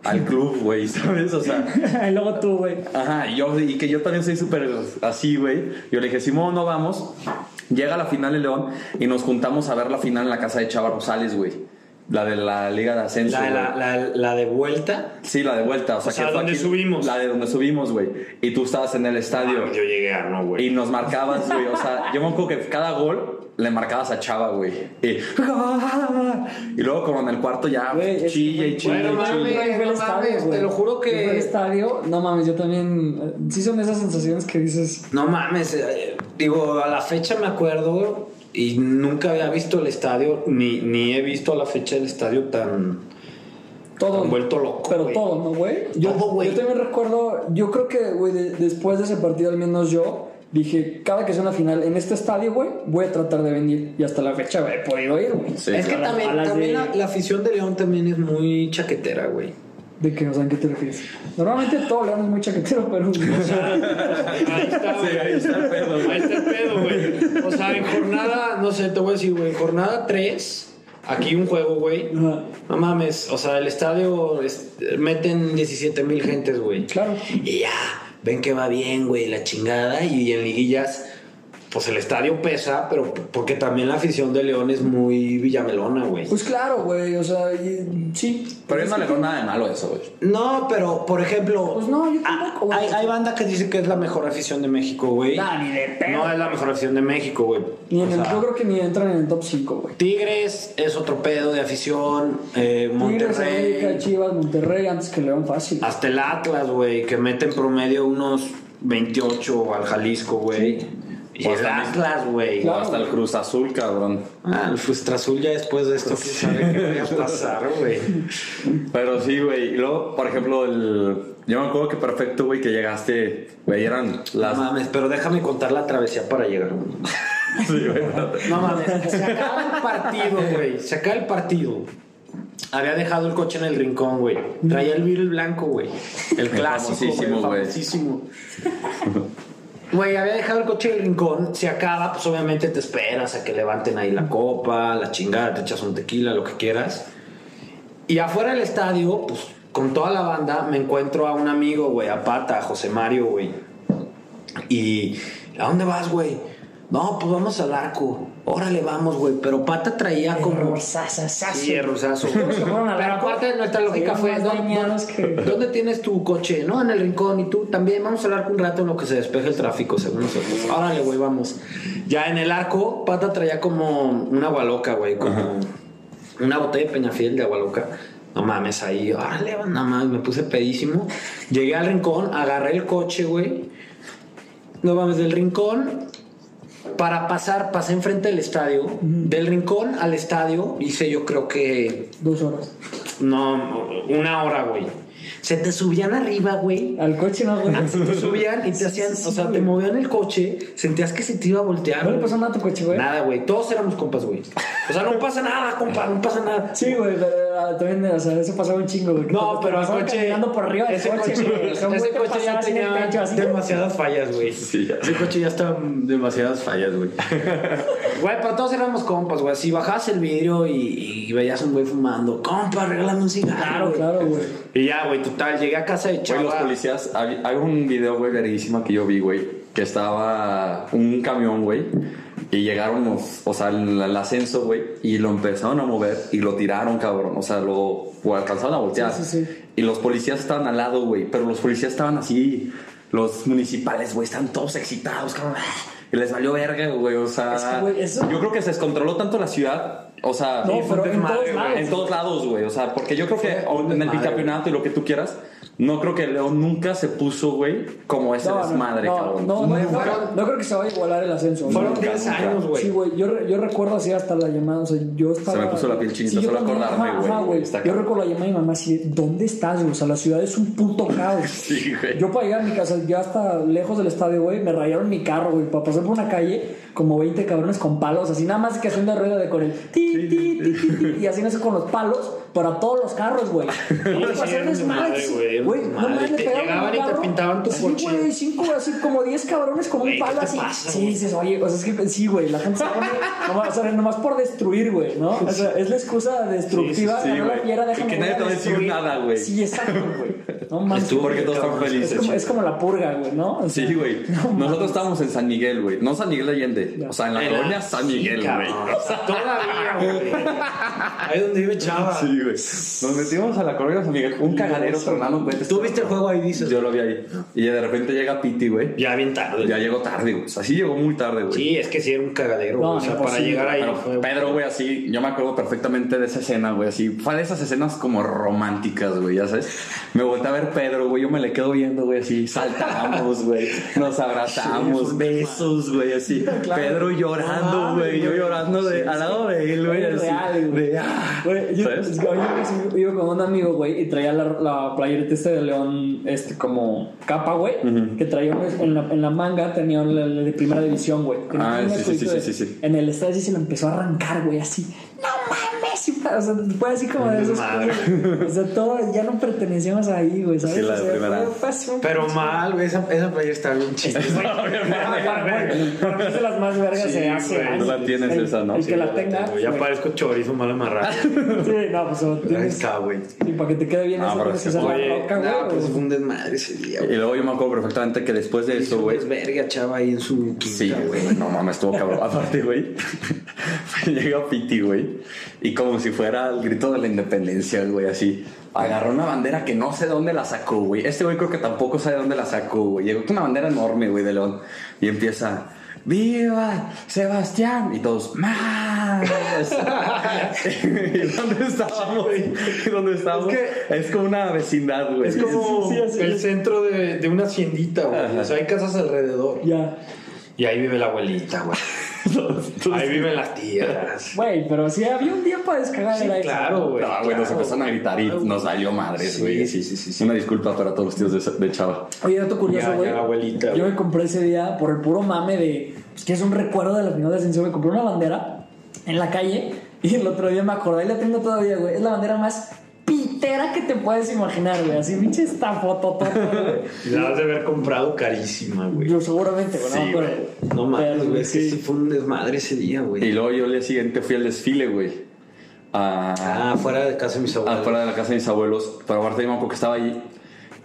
D: al club, güey, ¿sabes? O sea,
G: Y luego tú, güey.
D: Ajá, y yo, y que yo también soy súper así, güey. Yo le dije, Simón, no vamos. Llega la final de León y nos juntamos a ver la final en la casa de Chava Rosales, güey. La de la Liga de Ascenso.
E: La, de la,
D: güey.
E: la, la de vuelta.
D: Sí, la de vuelta. O sea,
E: O sea,
D: que fue
E: donde subimos. Ah,
D: La de donde subimos, güey. Y tú estabas en el estadio.
E: Yo llegué a no, güey.
D: Y nos marcabas, güey. O sea, yo me acuerdo que cada gol le marcabas a Chava, güey. Y, y luego, como en el cuarto, ya
E: Ah,
G: Güey, es-
D: chilla y chilla.
E: Bueno,
D: y chilla.
E: mames.
G: Güey, fue el
E: no
G: estadio,
E: mames, te
G: güey.
E: lo juro que-
G: Fue el estadio, no mames, yo también. eh, Sí son esas sensaciones que dices.
E: No mames, eh, digo, a la fecha me acuerdo y nunca había visto el estadio, ni, ni he visto a la fecha el estadio tan,
G: Todo.
E: tan vuelto loco.
G: Pero
E: güey.
G: todo, ¿no, güey? Yo,
E: Todo, güey.
G: yo también recuerdo, yo creo que, güey, de- después de ese partido, al menos yo, dije, cada que sea una final en este estadio, güey, voy a tratar de venir. Y hasta la fecha, güey, he podido ir, güey.
D: Sí,
E: es que
D: claro.
G: las
E: también,
G: balas
E: también
G: de-
E: la, la afición de León también es muy chaquetera, güey.
G: De que, o sea, ¿en qué te refieres? Normalmente todo León es muy chaquetero, pero...
E: Ahí está, güey. ahí está el pedo, güey. O sea, en jornada, no sé, te voy a decir, güey, en jornada 3, aquí un juego, güey.
G: Ajá.
E: No mames, o sea, el estadio es- meten 17 mil gentes, güey.
G: Claro.
E: Y ya, ven que va bien, güey, la chingada. Y en liguillas, pues el estadio pesa, pero p- porque también la afición de León es muy villamelona, güey.
G: Pues claro, güey, o sea, y- sí.
D: Pero yo no le veo nada de malo a eso, güey.
E: No, pero, por ejemplo...
G: Pues no, yo
E: ah,
G: tampoco, güey.
E: Hay, hay banda que dice que es la mejor afición de México, güey.
G: Nah, ni de pedo.
E: No es la mejor afición de México, güey.
G: Ni en
E: O
G: el-
E: sea,
G: yo creo que ni entran en el top 5, güey.
E: Tigres es otro pedo de afición. eh,
G: Tigres,
E: Monterrey.
G: América, Chivas, Monterrey, antes que León fácil.
E: Hasta el Atlas, güey, que mete en promedio unos 28 al Jalisco, güey. Y
D: O
E: el
D: hasta-
E: Atlas, güey.
D: O hasta el Cruz Azul, cabrón.
E: Ah, el Frustrazul ya después de esto, quién sabe qué vaya a pasar, güey.
D: Pero sí, güey. Y luego, por ejemplo, el... yo me acuerdo que perfecto, güey, que llegaste, güey, eran
E: No
D: las...
E: mames, pero déjame contar la travesía para llegar, güey.
D: Sí, güey.
E: No mames, se acaba el partido, güey. Se acaba el partido. Había dejado el coche en el rincón, güey. Traía el viril blanco, güey. El clásico, güey.
D: famosísimo,
E: el
D: güey.
E: famosísimo. Güey, había dejado el coche en el rincón. Se acaba, pues obviamente te esperas a que levanten ahí la copa, la chingada, te echas un tequila, lo que quieras. Y afuera del estadio, pues con toda la banda, me encuentro a un amigo, güey, a Pata, a José Mario, güey. Y, ¿a dónde vas, güey? No, pues vamos al arco. Órale, vamos, güey. Pero Pata traía como. Sí, rosazo.
G: fueron al
E: Pero
G: arco,
E: aparte, nuestra lógica
G: salieron
E: fue:
G: más
E: ¿dó-
G: dañados
E: dó-
G: que-
E: ¿dónde tienes tu coche? No, en el rincón. Y tú también. Vamos al arco un rato en lo que se despeje el tráfico, según nosotros. Órale, güey, vamos. Ya en el arco, Pata traía como una gualoca, güey. Como una botella de Peñafiel de agua loca. No mames, ahí, órale, nada más, me puse pedísimo. Llegué al rincón, agarré el coche, güey. No mames, del rincón para pasar, pasé enfrente del estadio. Del rincón al estadio hice yo creo que,
G: Dos horas.
E: no, una hora, güey. Se te subían arriba, güey.
G: Al coche no, güey.
E: Se te subían y te hacían, o sea, te movían el coche, sentías que se te iba a voltear.
G: No le
E: güey.
G: pasó nada a tu coche, güey.
E: Nada, güey. Todos éramos compas, güey. O sea, no pasa nada, compa, no pasa nada.
G: Sí, güey, pero, ah, también, o sea, eso pasaba un chingo, güey. que
E: No,
G: te
E: pero el
G: pasaban
E: coche.
G: caminando por arriba del
E: ese
G: coche, güey. O sea, un
E: ese
G: güey te
E: coche ya
G: pasaba así en el
E: tenía
G: techo, así.
E: demasiadas fallas, güey.
D: Sí, ya.
E: Ese coche ya está demasiadas fallas, güey. Güey, pero todos éramos compas, güey. Si bajabas el vidrio y, y veías a un güey fumando, compa, regálame un cigarro.
G: Claro, claro, güey.
E: Y ya, güey, total, llegué a casa de
D: Güey,
E: chava.
D: los policías, hay, hay un video, güey, verguísima que yo vi, güey, que estaba un camión, güey, y llegaron los, o sea, el, el ascenso, güey, y lo empezaron a mover y lo tiraron, cabrón, o sea, lo, lo alcanzaron a voltear.
G: Sí, sí, sí.
D: Y los policías estaban al lado, güey, pero los policías estaban así, los municipales, güey, estaban todos excitados, cabrón. Y les valió verga, güey, o sea,
G: Es que, güey, eso-
D: yo creo que se descontroló tanto la ciudad, o sea,
G: No, pero en todos
E: desmadre, güey.
G: lados.
D: Ah, en todos lados, güey. O sea, porque yo creo que
E: un
D: en el
E: desmadre.
D: bicampeonato y lo que tú quieras, no creo que León nunca se puso, güey, como ese desmadre,
G: no,
D: cabrón.
G: No, no, no,
E: fueron-
G: no creo que se vaya a igualar el ascenso. güey.
E: Fueron
D: Nunca,
E: 10
D: nunca.
E: años, güey.
G: Sí, güey, yo, re- yo recuerdo así hasta la llamada, o sea, yo estaba...
D: me puso la piel chinita,
G: yo
D: solo
G: también,
D: acordarme,
G: ajá,
D: güey.
G: ajá, güey.
D: Está
G: Yo
D: cabrón.
G: recuerdo la llamada de mi mamá así, de, ¿dónde estás, güey? O sea, la ciudad es un puto caos.
D: Sí, güey.
G: Yo para llegar a mi casa, ya hasta lejos del estadio, güey, me rayaron mi carro, güey, para pasar por una calle, como 20 cabrones con palos, así nada más que haciendo rueda de con el ti, ti, ti, ti, ti, y haciendo eso con los palos para todos los carros, güey. Güey, para hacer
F: era un
G: desmadre,
F: desmadre, güey, era
G: güey,
E: un
G: no
E: desmadre.
G: mames, le
E: Te
G: pegaron a un
E: llegaban y te
G: carro.
E: pintaban tu
G: Sí,
E: coche.
G: güey, cinco, así como 10 cabrones con un
E: Güey, ¿qué
G: palo
E: te
G: así.
E: pasa,
G: Sí,
E: güey?
G: dices, oye, o sea, es que sí, güey, la gente se pone nomás, o sea, nomás por destruir, güey, ¿no? O sea, es la excusa destructiva,
D: Sí, sí, sí,
G: ganó la
D: güey.
G: fiera,
D: Y
G: déjame
D: que nadie
G: voy
D: te va a decir
G: destruir.
D: nada, güey.
G: Sí, exacto, güey. No mames.
D: Tú, porque todos están
G: Es
D: felices.
G: como, es como la purga, güey, ¿no? O sea,
D: Sí, güey. Nosotros estábamos en San Miguel, güey. No San Miguel de Allende. O sea, en la
E: Era-
D: colonia San
E: Sí,
D: Miguel, güey.
E: cabrón. Todavía, güey. Ahí donde vive Chava.
D: Sí, güey. Nos metimos a la colonia San Miguel. Un cagadero tornado, güey.
E: Tú viste el juego ahí, dices.
D: Yo lo vi ahí. Y de repente llega Piti, güey.
E: Ya bien tarde.
D: Ya llegó tarde, güey. O sea, sí llegó muy tarde, güey.
E: Sí, es que sí era un cagadero.
G: No,
E: güey. o sea, para
G: imposible,
E: llegar ahí
D: Pero
E: fue-
D: Pedro, güey, así, yo me acuerdo perfectamente de esa escena, güey, así, fue de esas escenas como románticas, güey, ya sabes. Me volteé a ver Pedro, güey, yo me le quedo viendo, güey, así, saltamos, güey, nos abrazamos, besos, güey, así. Pedro llorando, güey, yo llorando de, al lado de él, güey,
G: Es
D: así.
G: real, güey.
D: de, ah,
G: Güey, yo,
D: ¿sabes?
G: yo una vez iba con un amigo, güey, y traía la, la playerita este de León, este, como capa, güey, que traía un- en la, en la manga, tenía la, la de primera división, güey. Tenía
D: Ah,
G: un
D: sí, sí,
G: escudito
D: sí,
G: de-
D: sí, sí.
G: En el estadio y se lo empezó a arrancar, güey, así. ¡No mames! Y, O sea, fue así como de esos.
E: Madre.
G: güey. O sea, todo, ya no pertenecíamos ahí, güey, ¿sabes?
D: Sí, la
G: O
D: de
G: sea,
D: primera.
G: fue- fue así un-
E: Pero mal, güey. Esa, esa playa está bien chida.
G: Para, para, güey, para mí es de las más vergas
E: Sí,
G: de hace
E: güey.
G: años.
D: No la tienes
G: El-
D: esa, ¿no?
G: El
D: Sí,
G: que la tenga.
E: Ya
G: güey.
E: parezco chorizo mal amarrado.
G: Sí, no, pues o
E: Ahí
G: tienes.
E: está, güey.
G: Sí, para que te quede bien
D: Ah,
G: eso
D: pero
G: tienes que
D: es que
G: hacer la
E: Oye,
G: roca,
E: nah,
G: güey.
E: pues fue un desmadre ese día,
D: Y
E: güey.
D: luego yo me acuerdo perfectamente que después de eso,
E: Hizo
D: güey,
E: Es verga, chava, ahí en su
D: Sí,
E: quinta, güey.
D: güey. No mames, estuvo cabrón. Aparte, güey, llega Piti, güey, y como si fuera el grito de la independencia, güey, así. Agarró una bandera que no sé dónde la sacó, güey. Este güey creo que tampoco sabe dónde la sacó, güey. Llegó con una bandera enorme, güey, de León. Y empieza, ¡Viva Sebastián! Y todos, ¡Más! ¿Y dónde estábamos? ¿Y dónde estábamos? Es,
E: que-
D: como una vecindad, güey.
E: Es como el centro de, de una haciendita, güey. O sea, hay casas alrededor.
G: Ya.
E: Y ahí vive la abuelita, güey. ahí viven las tías.
G: Güey, pero si había un día para descargar
E: Sí,
G: el aire.
E: claro, güey.
D: No, güey, nos
E: claro,
D: empezaron a
E: güey,
D: gritar y
E: claro,
D: nos valió madres,
E: Sí,
D: güey.
E: sí, sí, sí, sí.
D: Una disculpa para todos los tíos de, esa- de Chava.
G: Oye, dato curioso,
E: Ya,
G: güey.
E: ya, abuelita,
G: Yo
E: güey.
G: me compré ese día por el puro mame de. pues, que es un recuerdo de la final de ascensión. Me compré una bandera en la calle y el otro día me acordé y la tengo todavía, güey. Es la bandera más pitera que te puedes imaginar, güey. Así, pinche esta foto, güey.
E: La has de haber comprado carísima, güey.
G: Yo seguramente, güey.
D: Sí,
G: no, me acuerdo, güey.
E: No mames,
G: Pero,
E: güey. Es que
G: sí.
E: sí fue un desmadre ese día,
D: Y
E: güey.
D: luego yo el día siguiente fui al desfile, güey. A,
E: Ah, fuera de casa de mis abuelos.
D: afuera de la casa de mis abuelos. Pero aparte yo me acuerdo que estaba ahí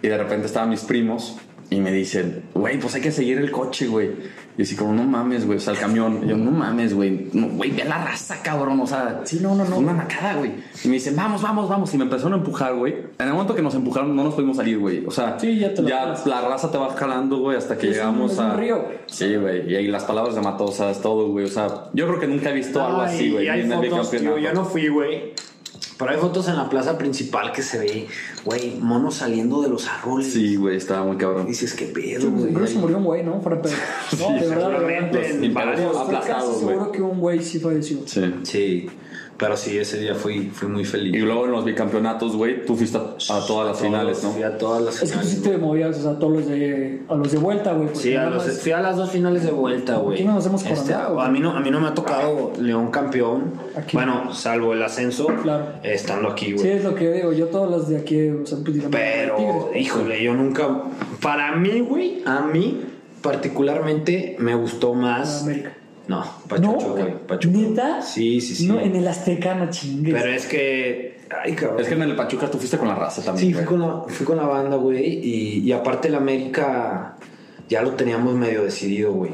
D: y de repente estaban mis primos. y me dicen, güey, pues hay que seguir el coche, güey. Y así como, no mames, güey, o sea, el camión. Y yo, no mames, güey, no, güey, ve la raza, cabrón, o sea, sí, no, no, no, una macada, güey. Y me dicen, vamos, vamos, vamos. Y me empezaron a empujar, güey. En el momento que nos empujaron, no nos pudimos salir, güey. O sea,
G: Sí, ya te lo
D: ya
G: sabes.
D: la raza te va jalando, güey, hasta que
G: Es un-
D: llegamos
G: es un
D: a.
G: río.
D: Sí, güey, y ahí las palabras de matosas, todo, güey. O sea, yo creo que nunca he visto algo así, güey.
E: Y hay
D: en el
E: fotos, tío,
D: bicampeonato.
E: yo no fui, güey. Pero hay fotos en la plaza principal que se ve, güey, monos saliendo de los árboles.
D: Sí, güey, estaba muy cabrón.
E: Dices, qué pedo, güey.
G: Creo que se pues, murió un güey, ¿no? Fuera de pedo. No, de verdad, de verdad.
E: seguramente.
D: Los impactos
G: Estoy
D: aplastados,
G: casi
D: güey.
G: seguro que un güey sí falleció.
D: Sí.
E: Sí, pero sí, ese día fui, fui muy feliz.
D: Y luego en los bicampeonatos, güey, tú fuiste a, a todas las
E: Todos,
D: finales, ¿no?
E: Fui a todas las
G: Es que tú
E: finales.
G: sí te movías, o sea, a todos los de, a los de vuelta, güey. porque
E: Sí, a
G: nada
E: los,
G: más-
E: fui a las dos finales de vuelta, güey. Este,
G: Aquí no nos hemos coronado, güey.
E: a mí no, a mí no me ha tocado León campeón.
G: Aquí.
E: Bueno, salvo el ascenso,
G: Claro.
E: eh, estando aquí,
G: Sí,
E: güey.
G: es lo que digo. Yo todos los de aquí, o sea, pues digamos,
E: Pero,
G: Tigres.
E: híjole, yo nunca. Para mí, güey, a mí particularmente me gustó más.
G: América.
E: No, Pachuca,
G: No,
E: güey. Pachuca.
G: ¿neta?
E: Sí, sí, sí.
G: No, en el Azteca no chingues.
E: Pero es que. Ay, cabrón.
D: Es que en el Pachuca tú fuiste con la raza también.
E: Sí, fui
D: güey.
E: con la, fui con la banda, güey. Y, y aparte el América ya lo teníamos medio decidido, güey.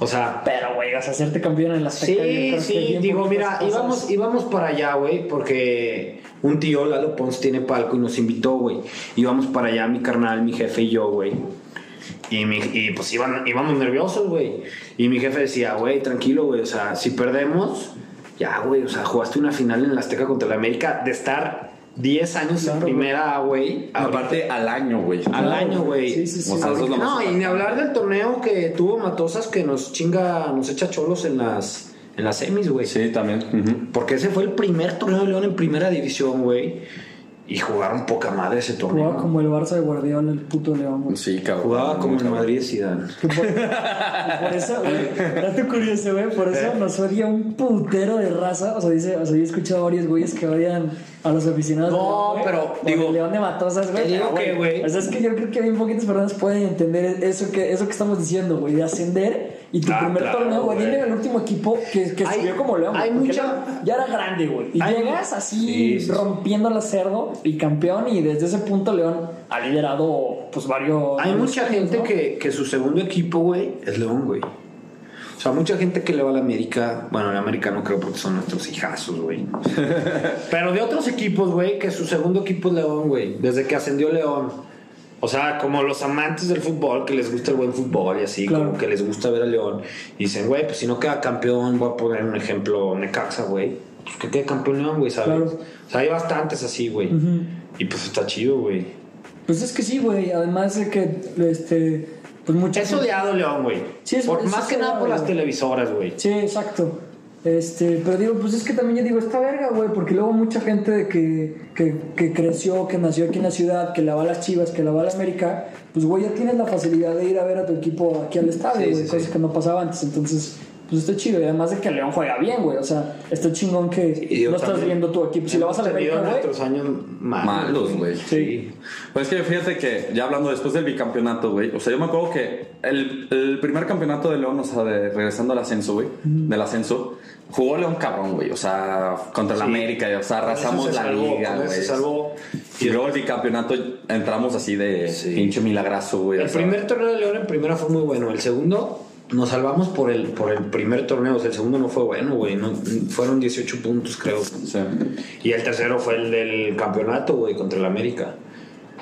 E: O sea,
G: Pero, güey, vas a hacerte campeón en el Azteca. yo
E: sí,
G: creo que
E: sí.
G: bien
E: Digo,
G: poquitas
E: mira,
G: cosas.
E: íbamos, íbamos para allá, güey, porque un tío, Lalo Pons, tiene palco y nos invitó, güey. Íbamos para allá, mi carnal, mi jefe y yo, güey. Y, mi- y, pues iban, íbamos nerviosos, güey. Y mi jefe decía, güey, tranquilo, güey. O sea, si perdemos, ya, güey. O sea, jugaste una final en la Azteca contra la América de estar 10 años en
G: Claro, güey.
E: primera, güey. ahorita
D: Aparte al año, güey.
E: al
G: Claro,
E: año,
G: güey. Sí,
E: güey.
G: sí, sí.
D: O sea, eso es lo
E: no,
D: más
E: y ni hablar del torneo que tuvo Matosas que nos chinga, nos echa cholos en las, en las semis, güey.
D: Sí, también. ujú.
E: Porque ese fue el primer torneo de León en primera división, güey. Y jugaron poca madre ese torneo.
G: Jugaba como el Barça de Guardiola, el puto León, güey.
D: Sí, cabrón.
E: Jugaba como en
D: Cabrón.
E: Madrid y Zidane.
G: Por eso, güey, dato curioso, güey, por eso nos odia un putero de raza. O sea, dice, o sea, yo he escuchado a varios güeyes que odian a los aficionados. de
E: No,
G: León, güey,
E: pero,
G: por
E: digo,
G: el León de Matosas, güey.
E: te digo
G: pero,
E: que, güey.
G: O sea, es que yo creo que bien poquitas personas pueden entender eso que, eso que estamos diciendo, güey, de ascender y tu
E: Ah,
G: primer
E: claro,
G: torneo, güey.
E: güey.
G: Dile al último equipo que, que
E: Hay-
G: subió como León. güey,
E: hay
G: porque
E: mucha-
G: era- Ya era grande, güey. Y
E: Hay-
G: llegas así
E: Sí, sí, sí.
G: rompiendo la cerdo y campeón, y desde ese punto León ha liderado, pues, varios.
E: Hay
G: varios
E: mucha
G: años,
E: gente
G: ¿no?
E: que, que su segundo equipo, güey, es León, güey. O sea, mucha gente que le va a la América. Bueno, la América no creo porque son nuestros hijazos, güey. Pero de otros equipos, güey, que su segundo equipo es León, güey. Desde que ascendió León. O sea, como los amantes del fútbol, que les gusta el buen fútbol y así,
G: Claro.
E: como que les gusta ver a León. Y dicen, güey, pues si no queda campeón, voy a poner un ejemplo, Necaxa, güey. Pues que quede campeón León, güey, ¿sabes?
G: Claro.
E: O sea, hay bastantes así, güey. Y pues está chido, güey.
G: Pues es que sí, güey. Además de que, este, pues muchas.
E: Es odiado León, güey.
G: Sí, es-
E: Por-
G: es
E: más que
G: odiado,
E: nada por las
G: güey.
E: televisoras, güey.
G: Sí, exacto. Este, pero digo, pues es que también yo digo, está verga, güey, porque luego mucha gente de que, que, que creció, que nació aquí en la ciudad, que la va a las Chivas, que la va a la América, pues güey, ya tienes la facilidad de ir a ver a tu equipo aquí al estadio,
E: Sí,
G: güey,
E: sí,
G: cosas
E: sí.
G: que no pasaba antes. Entonces, pues está chido. Y además de que León juega bien, güey, o sea, está chingón que
E: Y digo,
G: no estás
E: también
G: viendo tu equipo. Si la vas a la
E: hemos tenido
G: América, güey.
E: nuestros años malos.
D: Malos, güey.
E: Sí.
D: Pues que fíjate que ya hablando después del bicampeonato, güey. O sea, yo me acuerdo que el, el primer campeonato de León, o sea, de, regresando al ascenso, güey, del ascenso, jugó León cabrón, güey. O sea, contra la
E: Sí.
D: América, o sea,
E: Con eso
D: arrasamos
E: se
D: la
E: salvó,
D: liga,
E: con eso
D: güey.
E: Se salvó.
D: Y luego el bicampeonato entramos así de
E: Sí.
D: pinche milagrazo, güey. o
E: El
D: sea.
E: primer torneo de León en primera fue muy bueno. El segundo nos salvamos por el, por el primer torneo. O sea, el segundo no fue bueno, güey. No- fueron 18 puntos, creo.
D: Sí.
E: Y el tercero fue el del campeonato, güey, contra el América.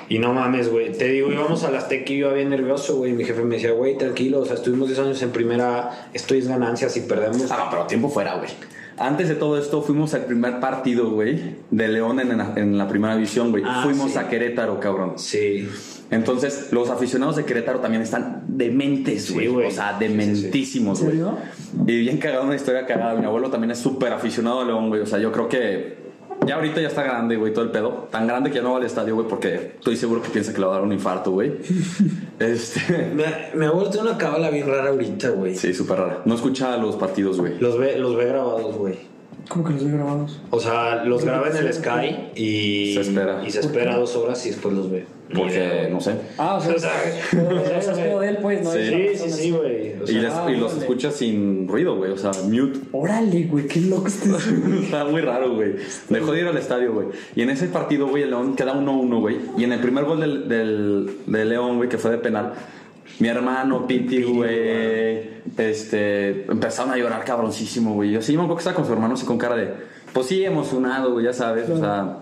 E: Y no mames, güey. Te digo, íbamos a las Tec y yo iba bien nervioso, güey. Y Mi jefe me decía, güey, tranquilo. O sea, estuvimos 10 años en primera. Esto es ganancia. Si perdemos,
D: Ah, no, pero tiempo fuera, güey. Antes de todo esto, fuimos al primer partido, güey, de León en, la- en la primera división, güey.
E: Ah,
D: fuimos
E: sí.
D: a Querétaro, cabrón.
E: Sí.
D: Entonces, los aficionados de Querétaro también están dementes,
E: Sí,
D: güey.
E: güey.
D: o sea, dementísimos,
G: ¿En
D: güey.
G: serio?
D: Y bien cagada una historia cagada. Mi abuelo también es súper aficionado a León, güey. O sea, yo creo que ya ahorita ya está grande, güey, todo el pedo. Tan grande que ya no va al estadio, güey, porque estoy seguro que piensa que le va a dar un infarto, güey. este.
E: Me, me ha vuelto una cábala bien rara ahorita, güey.
D: Sí, súper rara. No escucha los partidos, güey.
E: Los ve, los ve grabados, güey.
G: Como que los doy grabados.
E: O sea, los graba en el Sky y
D: Se espera.
E: y se espera dos horas y después los ve.
D: Porque, no sé.
G: Ah, o sea,
E: O sea,
G: o sea, es pedo de él, pues, ¿no?
E: Sí,
G: Es una
E: sí,
G: persona
E: sí, güey. o
D: y,
E: sea, ah,
D: les- y los escuchas sin ruido, güey. O sea, mute.
G: Órale, güey, qué loco este.
D: Estaba muy raro, güey. Dejó de ir al estadio, güey. Y en ese partido, güey, el León queda 1-1, güey. Y en el primer gol del, del, del León, güey, que fue de penal, mi hermano, Piti, güey, este, empezaron a llorar cabroncísimo, güey. Yo así, yo me acuerdo que estaba con su hermano, así con cara de, pues sí, emocionado, güey, ya sabes, o sea.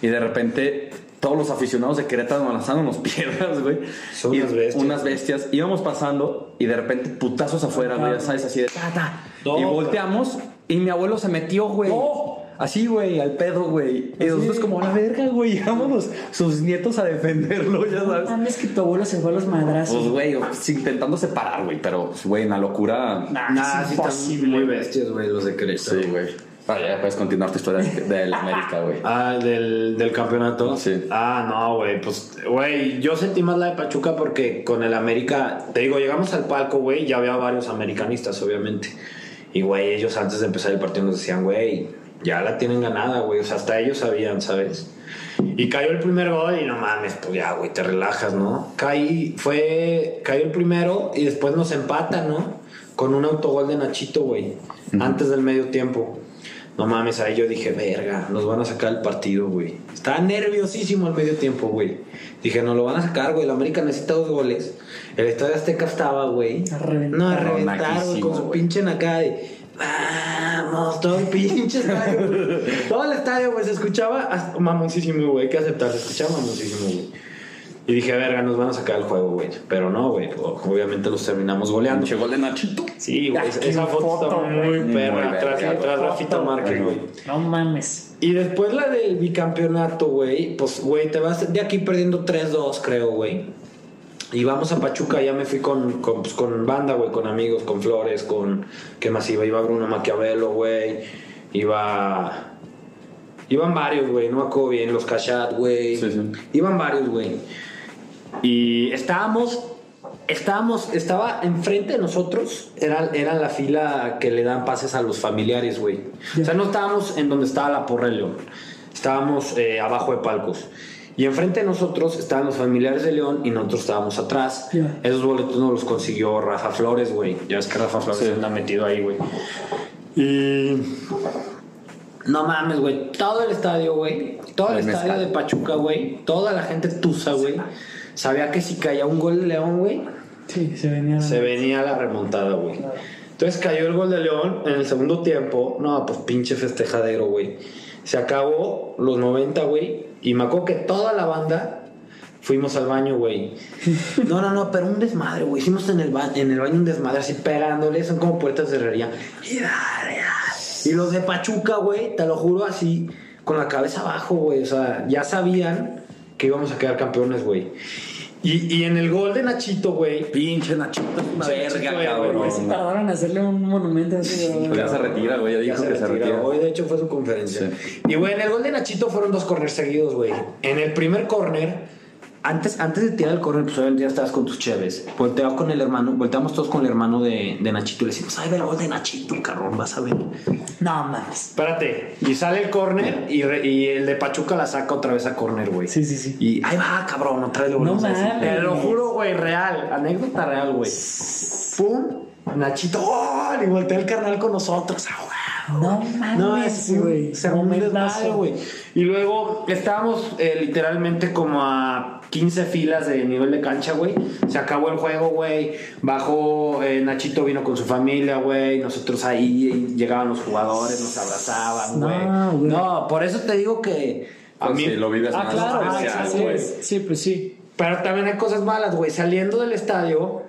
D: Y de repente, todos los aficionados de Querétaro lanzaron los piedras, güey.
E: Son
D: Y
E: unas bestias.
D: Unas bestias. Íbamos pasando y de repente, putazos afuera, güey, ya sabes, así de, ta, ta.
E: No,
D: y volteamos y mi abuelo se metió, güey.
G: No.
D: Así, güey, al pedo, güey. Y nosotros como a la verga, güey. Vámonos sus nietos a defenderlo, ya sabes.
G: Mames que tu abuelo se fue a los madrazos.
D: Pues, güey, pues, intentando separar, güey. Pero, pues, güey, una locura.
E: Nah, sí están muy bestias, güey, los de Querétaro.
D: Sí, güey. Ah, ya puedes continuar tu historia de- del América, güey.
E: Ah, del, del campeonato.
D: Sí.
E: Ah, no, güey. Pues, güey, yo sentí más la de Pachuca porque con el América, te digo, llegamos al palco, güey, ya había varios americanistas, obviamente. Y, güey, ellos antes de empezar el partido nos decían, güey, ya la tienen ganada, güey. O sea, hasta ellos sabían, ¿sabes? Y cayó el primer gol y no mames, pues ya, güey, te relajas, ¿no? Caí, fue, cayó el primero y después nos empatan, ¿no? Con un autogol de Nachito, güey, antes del medio tiempo. No mames, ahí yo dije, verga, nos van a sacar el partido, güey. Estaba nerviosísimo el medio tiempo, güey. Dije, nos lo van a sacar, güey. La América necesita dos goles. El Estadio Azteca estaba, güey.
G: A reventar.
E: No, a reventar, güey,
D: Naquísimo,
E: con su
D: güey.
E: pinche acá de. Vamos, todo el pinche estadio, güey. Todo el estadio, güey, se escuchaba as- mamoncísimo, güey. Hay que aceptar, se escuchaba mamoncísimo, güey. Y dije, verga, nos van a sacar el juego, güey. Pero no, güey. Obviamente los terminamos goleando.
D: Pinche gol de Nachito.
E: Sí, güey.
G: Ah, qué
E: Esa foto, está
G: foto,
E: muy
D: güey. Muy
E: perra.
D: verga,
E: Tras,
D: güey.
E: tras Rafita
G: Foto,
E: Márquez, güey.
G: No mames.
E: Y después la del bicampeonato, güey. Pues, güey, te vas de aquí perdiendo 3-2, creo, güey. Y vamos a Pachuca, ya me fui con, con, pues, con banda, güey, con amigos, con Flores, con... ¿Qué más iba? Iba Bruno Maquiavelo, güey. Iba... Iban varios, güey, no me acuerdo bien, los Cachat, güey.
D: Sí, sí.
E: Iban varios, güey. Y estábamos, estábamos, estaba enfrente de nosotros, era, era la fila que le dan pases a los familiares, güey. O sea, no estábamos en donde estaba la porra del León, estábamos eh, abajo de palcos. Y enfrente de nosotros estaban los familiares de León y nosotros estábamos atrás.
G: Ya.
E: Esos boletos no los consiguió Rafa Flores, güey. Ya es que Rafa Flores se anda metido ahí, güey. Y no mames, güey. Todo el estadio, güey. Todo el
D: El mezcal.
E: estadio de Pachuca, güey. Toda la gente tusa, güey. Sabía que si caía un gol de León, güey,
G: Sí, se venía.
E: se venía la remontada, güey. Entonces cayó el gol de León en el segundo tiempo. No, pues pinche festejadero, güey. Se acabó los 90, güey. Y me acuerdo que toda la banda fuimos al baño, güey. No, no, no, pero un desmadre, güey. Hicimos en el, ba- en el baño un desmadre así pegándole. Son como puertas de herrería. Y dale, y los de Pachuca, güey, te lo juro así, con la cabeza abajo, güey. O sea, ya sabían que íbamos a quedar campeones, güey. Y, y en el gol de Nachito, güey.
D: Pinche Nachito es una
E: Sí,
D: verga,
E: sí, güey,
D: cabrón.
E: güey,
G: Se tardaron en hacerle un monumento así.
D: Pues ya se retira, güey. Ya
E: Ya
D: dijo que se retira.
E: Hoy, de hecho, fue su conferencia. Y, güey, en el gol de Nachito fueron dos corners seguidos, güey. En el primer corner, antes, antes de tirar el corner, pues obviamente ya estabas con tus cheves. Volteaba con el hermano, volteamos todos con el hermano de, de Nachito y le decimos, ay, ve el gol de Nachito, cabrón, vas a ver.
G: No mames.
E: Espérate. Y sale el corner y, re- y el de Pachuca la saca otra vez a corner, güey.
G: Sí, sí, sí.
E: Y ahí va, cabrón, otra vez lo volvemos
G: No
E: a decir.
G: mames.
E: Te lo juro, güey, real. Anécdota real, güey. Pum, Nachito, gol, y voltea el carnal con nosotros. Ah, güey.
G: No
E: No,
G: mames, güey.
E: es güey. Se armó un
G: Momentazo.
E: desmadre, güey. Y luego estábamos eh, literalmente como a 15 filas de nivel de cancha, güey. Se acabó el juego, güey. Bajó, eh, Nachito vino con su familia, güey. Nosotros ahí eh, llegaban los jugadores, nos abrazaban,
G: No,
E: güey.
G: güey.
E: No, por eso te digo que. A
D: Pues
E: mí
D: sí, lo vives
E: Ah,
D: más
E: claro, ah,
D: especial,
E: sí,
G: Sí,
E: güey.
G: Sí, pues sí.
E: Pero también hay cosas malas, güey. Saliendo del estadio,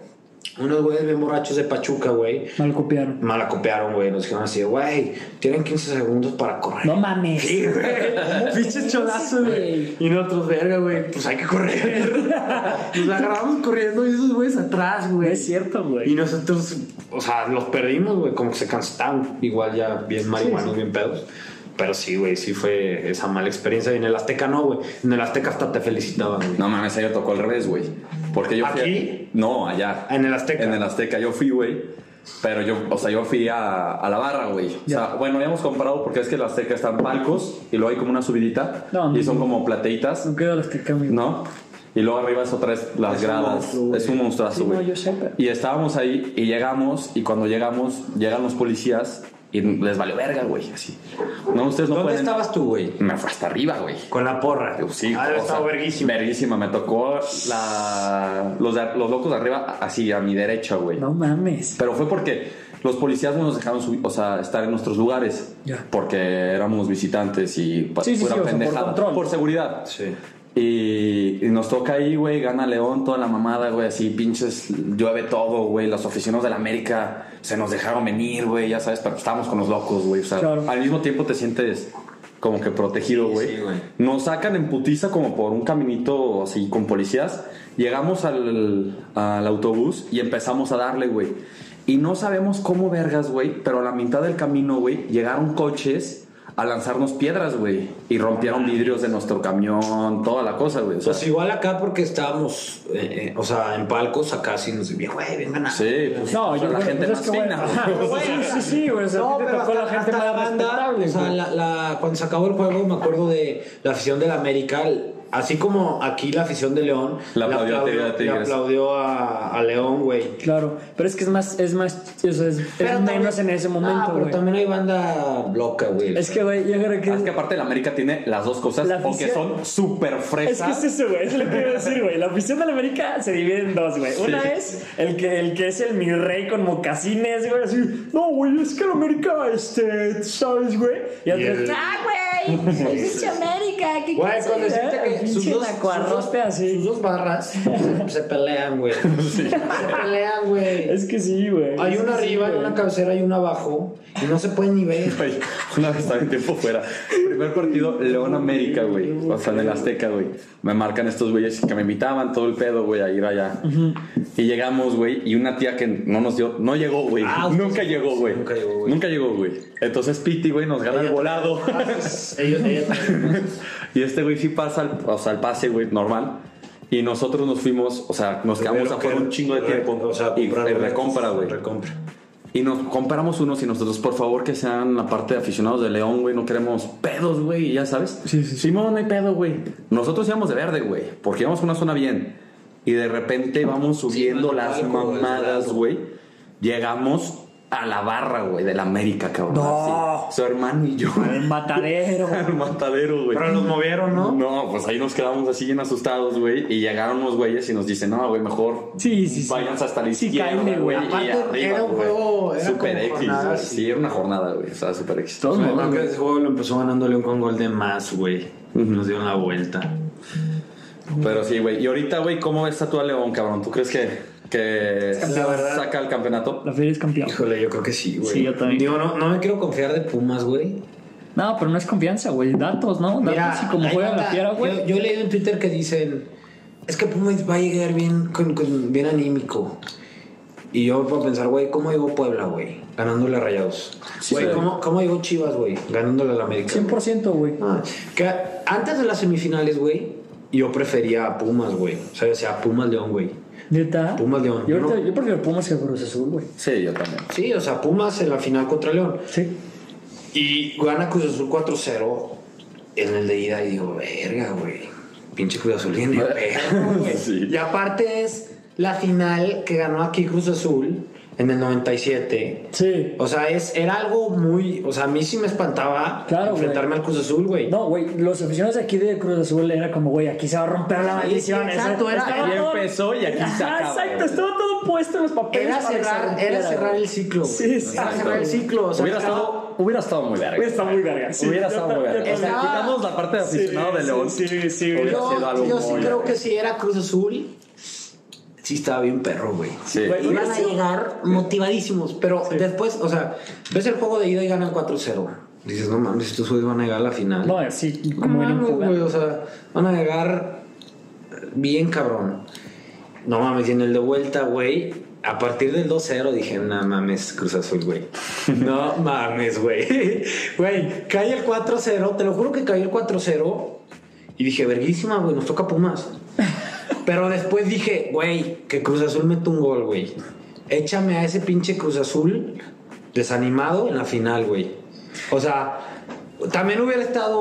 E: unos güeyes bien borrachos de Pachuca, güey.
G: Mal copiaron.
E: Mala copiaron, güey. Nos dijeron así, güey, tienen 15 segundos para correr.
G: No mames.
E: Sí, güey. Pinche cholazo, güey. Y nosotros, verga, güey. Pues hay que correr. Nos agarramos corriendo y esos güeyes atrás,
G: No
E: güey.
G: es cierto,
E: Y
G: güey.
E: nosotros, o sea, los perdimos, güey, como que se cansaron, igual ya bien marihuanos, bien pedos. Pero sí, güey, sí fue esa mala experiencia. Y en el Azteca no, güey. En el Azteca hasta te felicitaban, güey.
D: No mames, ayer tocó al revés, güey. Porque yo fui. a-
E: ¿Aquí?
D: No, allá.
E: En el Azteca.
D: Ah, En el Azteca, yo fui, güey. Pero yo, o sea, yo fui a, a la barra, güey. O sea, bueno, habíamos comprado porque es que el Azteca están palcos y luego hay como una subidita
G: No,
D: y son como plateitas,
G: No quedó los que cambian.
D: ¿no? Y luego arriba es otra vez las
E: Es un
D: gradas.
E: monstruo, güey.
D: es un monstruazo,
G: Sí, no,
D: güey.
G: yo sé, pero-
D: Y estábamos ahí y llegamos y cuando llegamos llegan los policías y les valió verga, güey, así. No, ustedes no
E: ¿Dónde
D: pueden.
E: estabas tú, güey?
D: Me fue hasta arriba, güey.
E: Con la porra.
D: Sí,
F: Ah, debe estar verguísima.
D: Verguísima, me tocó la, los, de- los locos de arriba así a mi derecha, güey.
G: No mames.
D: Pero fue porque los policías no nos dejaron subir, o sea, estar en nuestros lugares.
G: Ya.
D: Porque éramos visitantes y pa-
G: Sí, sí,
D: pura
G: sí, o sea, por
D: pendejada.
G: control.
D: seguridad.
E: Sí.
D: Y, y nos toca ahí, güey, gana León, toda la mamada, güey, así pinches, llueve todo, güey, los oficinos de la América se nos dejaron venir, güey, ya sabes, pero estábamos con los locos, güey, o sea,
G: Claro.
D: al mismo tiempo te sientes como que protegido,
E: Sí,
D: güey.
E: sí, güey.
D: nos sacan en putiza como por un caminito así con policías, llegamos al, al autobús y empezamos a darle, güey. Y no sabemos cómo vergas, güey, pero a la mitad del camino, güey, llegaron coches a lanzarnos piedras, güey, y rompieron vidrios de nuestro camión, toda la cosa, güey. o sea,
E: Pues igual acá porque estábamos, eh, eh, o sea, en palcos, acá sí nos decían, güey, vengan a...
D: Sí, pues,
G: No,
D: o sea,
G: yo
D: la
G: creo-
D: gente
G: pues
D: más
G: es que, güey,
D: fina,
G: ajá,
D: güey.
G: pues sí, sí, sí, güey. O sea,
E: No,
G: a ti te
E: pero
G: tocó
E: hasta,
G: la gente
E: hasta
G: más
E: la banda,
G: respetable,
E: o sea,
G: güey.
E: la- la- cuando se acabó el juego, me acuerdo de la afición de la América, así como aquí la afición de León,
D: La aplaudió a Tigre- a Tigres.
E: le aplaudió a, a León, güey.
G: Claro, pero es que es más, es más, o sea, es, es
E: también-
G: menos en ese
E: Ah,
G: momento,
E: pero
G: güey.
E: también hay banda loca, güey.
G: es que, güey, yo creo que...
D: Es que aparte la América tiene las dos cosas,
G: La
D: o que
G: afición-
D: son súper
G: Es que
D: fresas.
G: es eso, güey, es lo que iba a decir, güey. La afición de la América se divide en dos, güey. Una es el que, el que es el mi rey con mocasines, güey, así, no, güey, es que la América, este, tú sabes, güey. Y
F: Y
G: otro,
F: el-
G: ah, güey, es pinche América, qué
E: Güey, con
G: cosa,
E: decirte
G: eh,
E: que sus
G: pinche
E: dos-
G: nacuarrote
E: Sus
G: así.
E: dos barras se, se pelean, güey. Se pelean, güey.
G: Es que sí, güey.
E: Hay
G: es
E: una
G: que sí,
E: arriba, hay
G: güey.
E: una cabecera y una abajo, y no se pueden ni ver.
D: Güey, Una vez estaba en tiempo fuera. Primer partido, León América, güey. O sea, en el Azteca, güey. Me marcan estos güeyes que me invitaban todo el pedo, güey, a ir allá. Y llegamos, güey, y una tía que no nos dio, no llegó, güey.
E: Ah,
D: nunca
E: ustedes-
D: llegó, güey.
E: Nunca llegó, güey.
D: Nunca llegó, güey. Entonces Piti, güey, nos gana el volado.
E: Ellos, ellos-
D: y este güey sí pasa, al- o sea, el pase, güey, normal. Y nosotros nos fuimos, o sea, nos quedamos
E: Tuvieron
D: afuera
E: que
D: un chingo de
E: re-
D: tiempo.
E: O sea,
D: y, y
E: comprar boletos,
D: recompra, güey.
E: Recompra.
D: Y nos compramos unos y nosotros, por favor, que sean la parte de aficionados de León, güey. No queremos pedos, güey, ya sabes. Sí, sí. Simón, no hay pedo, güey. Nosotros íbamos de verde, güey, porque íbamos a una zona bien. Y de repente vamos subiendo
E: no,
D: las
E: algo,
D: mamadas,
E: algo.
D: güey. Llegamos a la barra, güey, de la América, cabrón.
G: No.
D: así. Su hermano y yo.
G: El matadero.
D: Al matadero, güey.
F: Pero los movieron, ¿no?
D: No, pues ahí nos quedamos así bien asustados, güey. Y llegaron unos güeyes y nos dicen, no, güey, mejor
G: Sí, sí, sí.
D: váyanse hasta la
G: Sí,
D: izquierda,
G: cáele, güey.
D: güey.
E: Aparte,
D: y arriba,
E: era un
D: güey.
E: juego, era
D: super
E: como
D: X,
E: jornada,
D: güey.
E: sí.
D: Sí, era una jornada, güey. O sea, super X.
G: Todos
E: Me
G: mamones,
E: acuerdo Pues, que
G: güey.
E: ese juego lo empezó ganando León con gol de más, güey. Nos dieron la vuelta.
D: Pero sí, güey. Y ahorita, güey, ¿cómo ves a tu León, cabrón? ¿Tú crees que, que
G: campeón, ¿verdad?
D: saca el campeonato?
G: La feria es campeón.
E: Híjole, yo creo que sí, güey.
G: Sí, yo también.
E: Digo, no, no me quiero confiar de Pumas, güey.
G: No, pero no es confianza, güey. Datos, ¿no? Datos y como
E: ahí
G: juega
E: anda.
G: la fiera, güey.
E: Yo, yo leí en Twitter que dicen, es que Pumas va a llegar bien, con, con- bien anímico. Y yo me puedo pensar, güey, ¿cómo llegó Puebla, güey? Ganándole a Rayados.
D: Sí,
E: Güey,
D: sí.
E: ¿cómo, ¿cómo llegó Chivas, güey? Ganándole al América.
G: 100%, güey.
E: Ah, que antes de las semifinales, güey, yo prefería a Pumas, güey. O sea, decía Pumas León, güey.
G: Neta.
E: Pumas León.
G: Yo, ahorita,
E: No.
G: yo prefiero Pumas que Cruz Azul, güey.
D: Sí, yo también.
E: Sí, o sea, Pumas en la final contra León.
G: Sí.
E: Y gana Cruz Azul 4-0 en el de ida y digo, verga, güey. Pinche Cruz Azul viene de perro, güey".
D: Sí.
E: Y aparte es la final que ganó aquí Cruz Azul en el 97.
G: Sí.
E: O sea, es, era algo muy... O sea, a mí sí me espantaba
G: Claro, güey.
E: enfrentarme al Cruz Azul, güey.
G: No, güey, los aficionados de aquí de Cruz Azul era como, güey, aquí se va a romper la maldición.
E: exacto, era-
G: estaba
E: ahí
G: todo-
D: empezó y aquí se
G: Ajá,
D: acaba,
G: Exacto,
D: güey.
G: estaba todo puesto en los papeles.
E: Era
G: para que se
E: cerrar, era
G: rompiera,
E: cerrar
G: güey.
E: el ciclo. güey.
G: Sí, sí.
E: Era cerrar el ciclo. O sea,
D: hubiera,
E: acababa-
D: estado, hubiera estado muy
G: Güey,
D: verga.
G: está muy verga. sí.
D: hubiera
G: Yo
D: estado muy
G: ta-
D: verga.
G: yo
D: O sea,
G: también.
E: Estaba-
D: quitamos la parte de
G: Sí,
D: aficionado de
G: sí,
D: León.
G: sí, sí, sí, güey.
D: Hubiera sido
E: Yo,
D: algo
E: yo sí
D: muy
E: creo
D: verga.
E: que si era Cruz Azul, sí estaba bien perro, güey.
D: Sí.
G: Güey,
E: Iban a llegar motivadísimos, pero después, o sea, ves el juego de ida y ganan 4-0. Dices, no mames, estos güeyes van a llegar a la final.
G: No, sí,
E: No
G: como venían
E: mames, Ah, güey,
G: jugando.
E: o sea, van a llegar bien cabrón. No mames, y en el de vuelta, güey, a partir del 2-0 dije, no mames, Cruz Azul, güey. No mames, güey. Güey, cae el 4-0, te lo juro que cayó el 4-0 y dije, verguísima, güey, nos toca Pumas. Pero después dije, güey, que Cruz Azul mete un gol, güey. Échame a ese pinche Cruz Azul desanimado en la final, güey. O sea, También hubiera estado,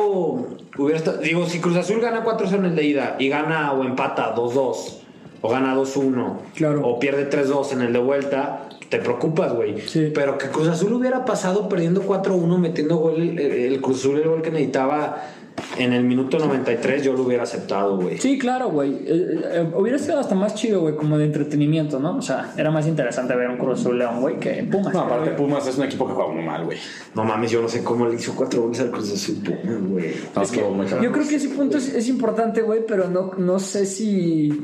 E: hubiera estado- Digo, si Cruz Azul gana 4-0 en el de ida y gana o empata 2-2 o gana 2-1
G: Claro.
E: o pierde 3-2 en el de vuelta, te preocupas, güey.
G: Sí.
E: Pero que Cruz Azul hubiera pasado perdiendo 4-1, metiendo gol, el, el Cruz Azul el gol que necesitaba en el minuto 93, yo lo hubiera aceptado, güey.
G: Sí, claro, güey. Eh, eh, hubiera sido hasta más chido, güey, como de entretenimiento, ¿no? O sea, era más interesante ver un Cruz Azul León, güey, que Pumas.
D: No, aparte Pumas es un equipo que juega muy mal, güey.
E: No mames, yo no sé cómo le hizo 4 goles al Cruz Azul, güey.
D: No, estuvo muy cabrón.
G: Yo creo que ese punto es, es importante, güey, pero no, no sé si.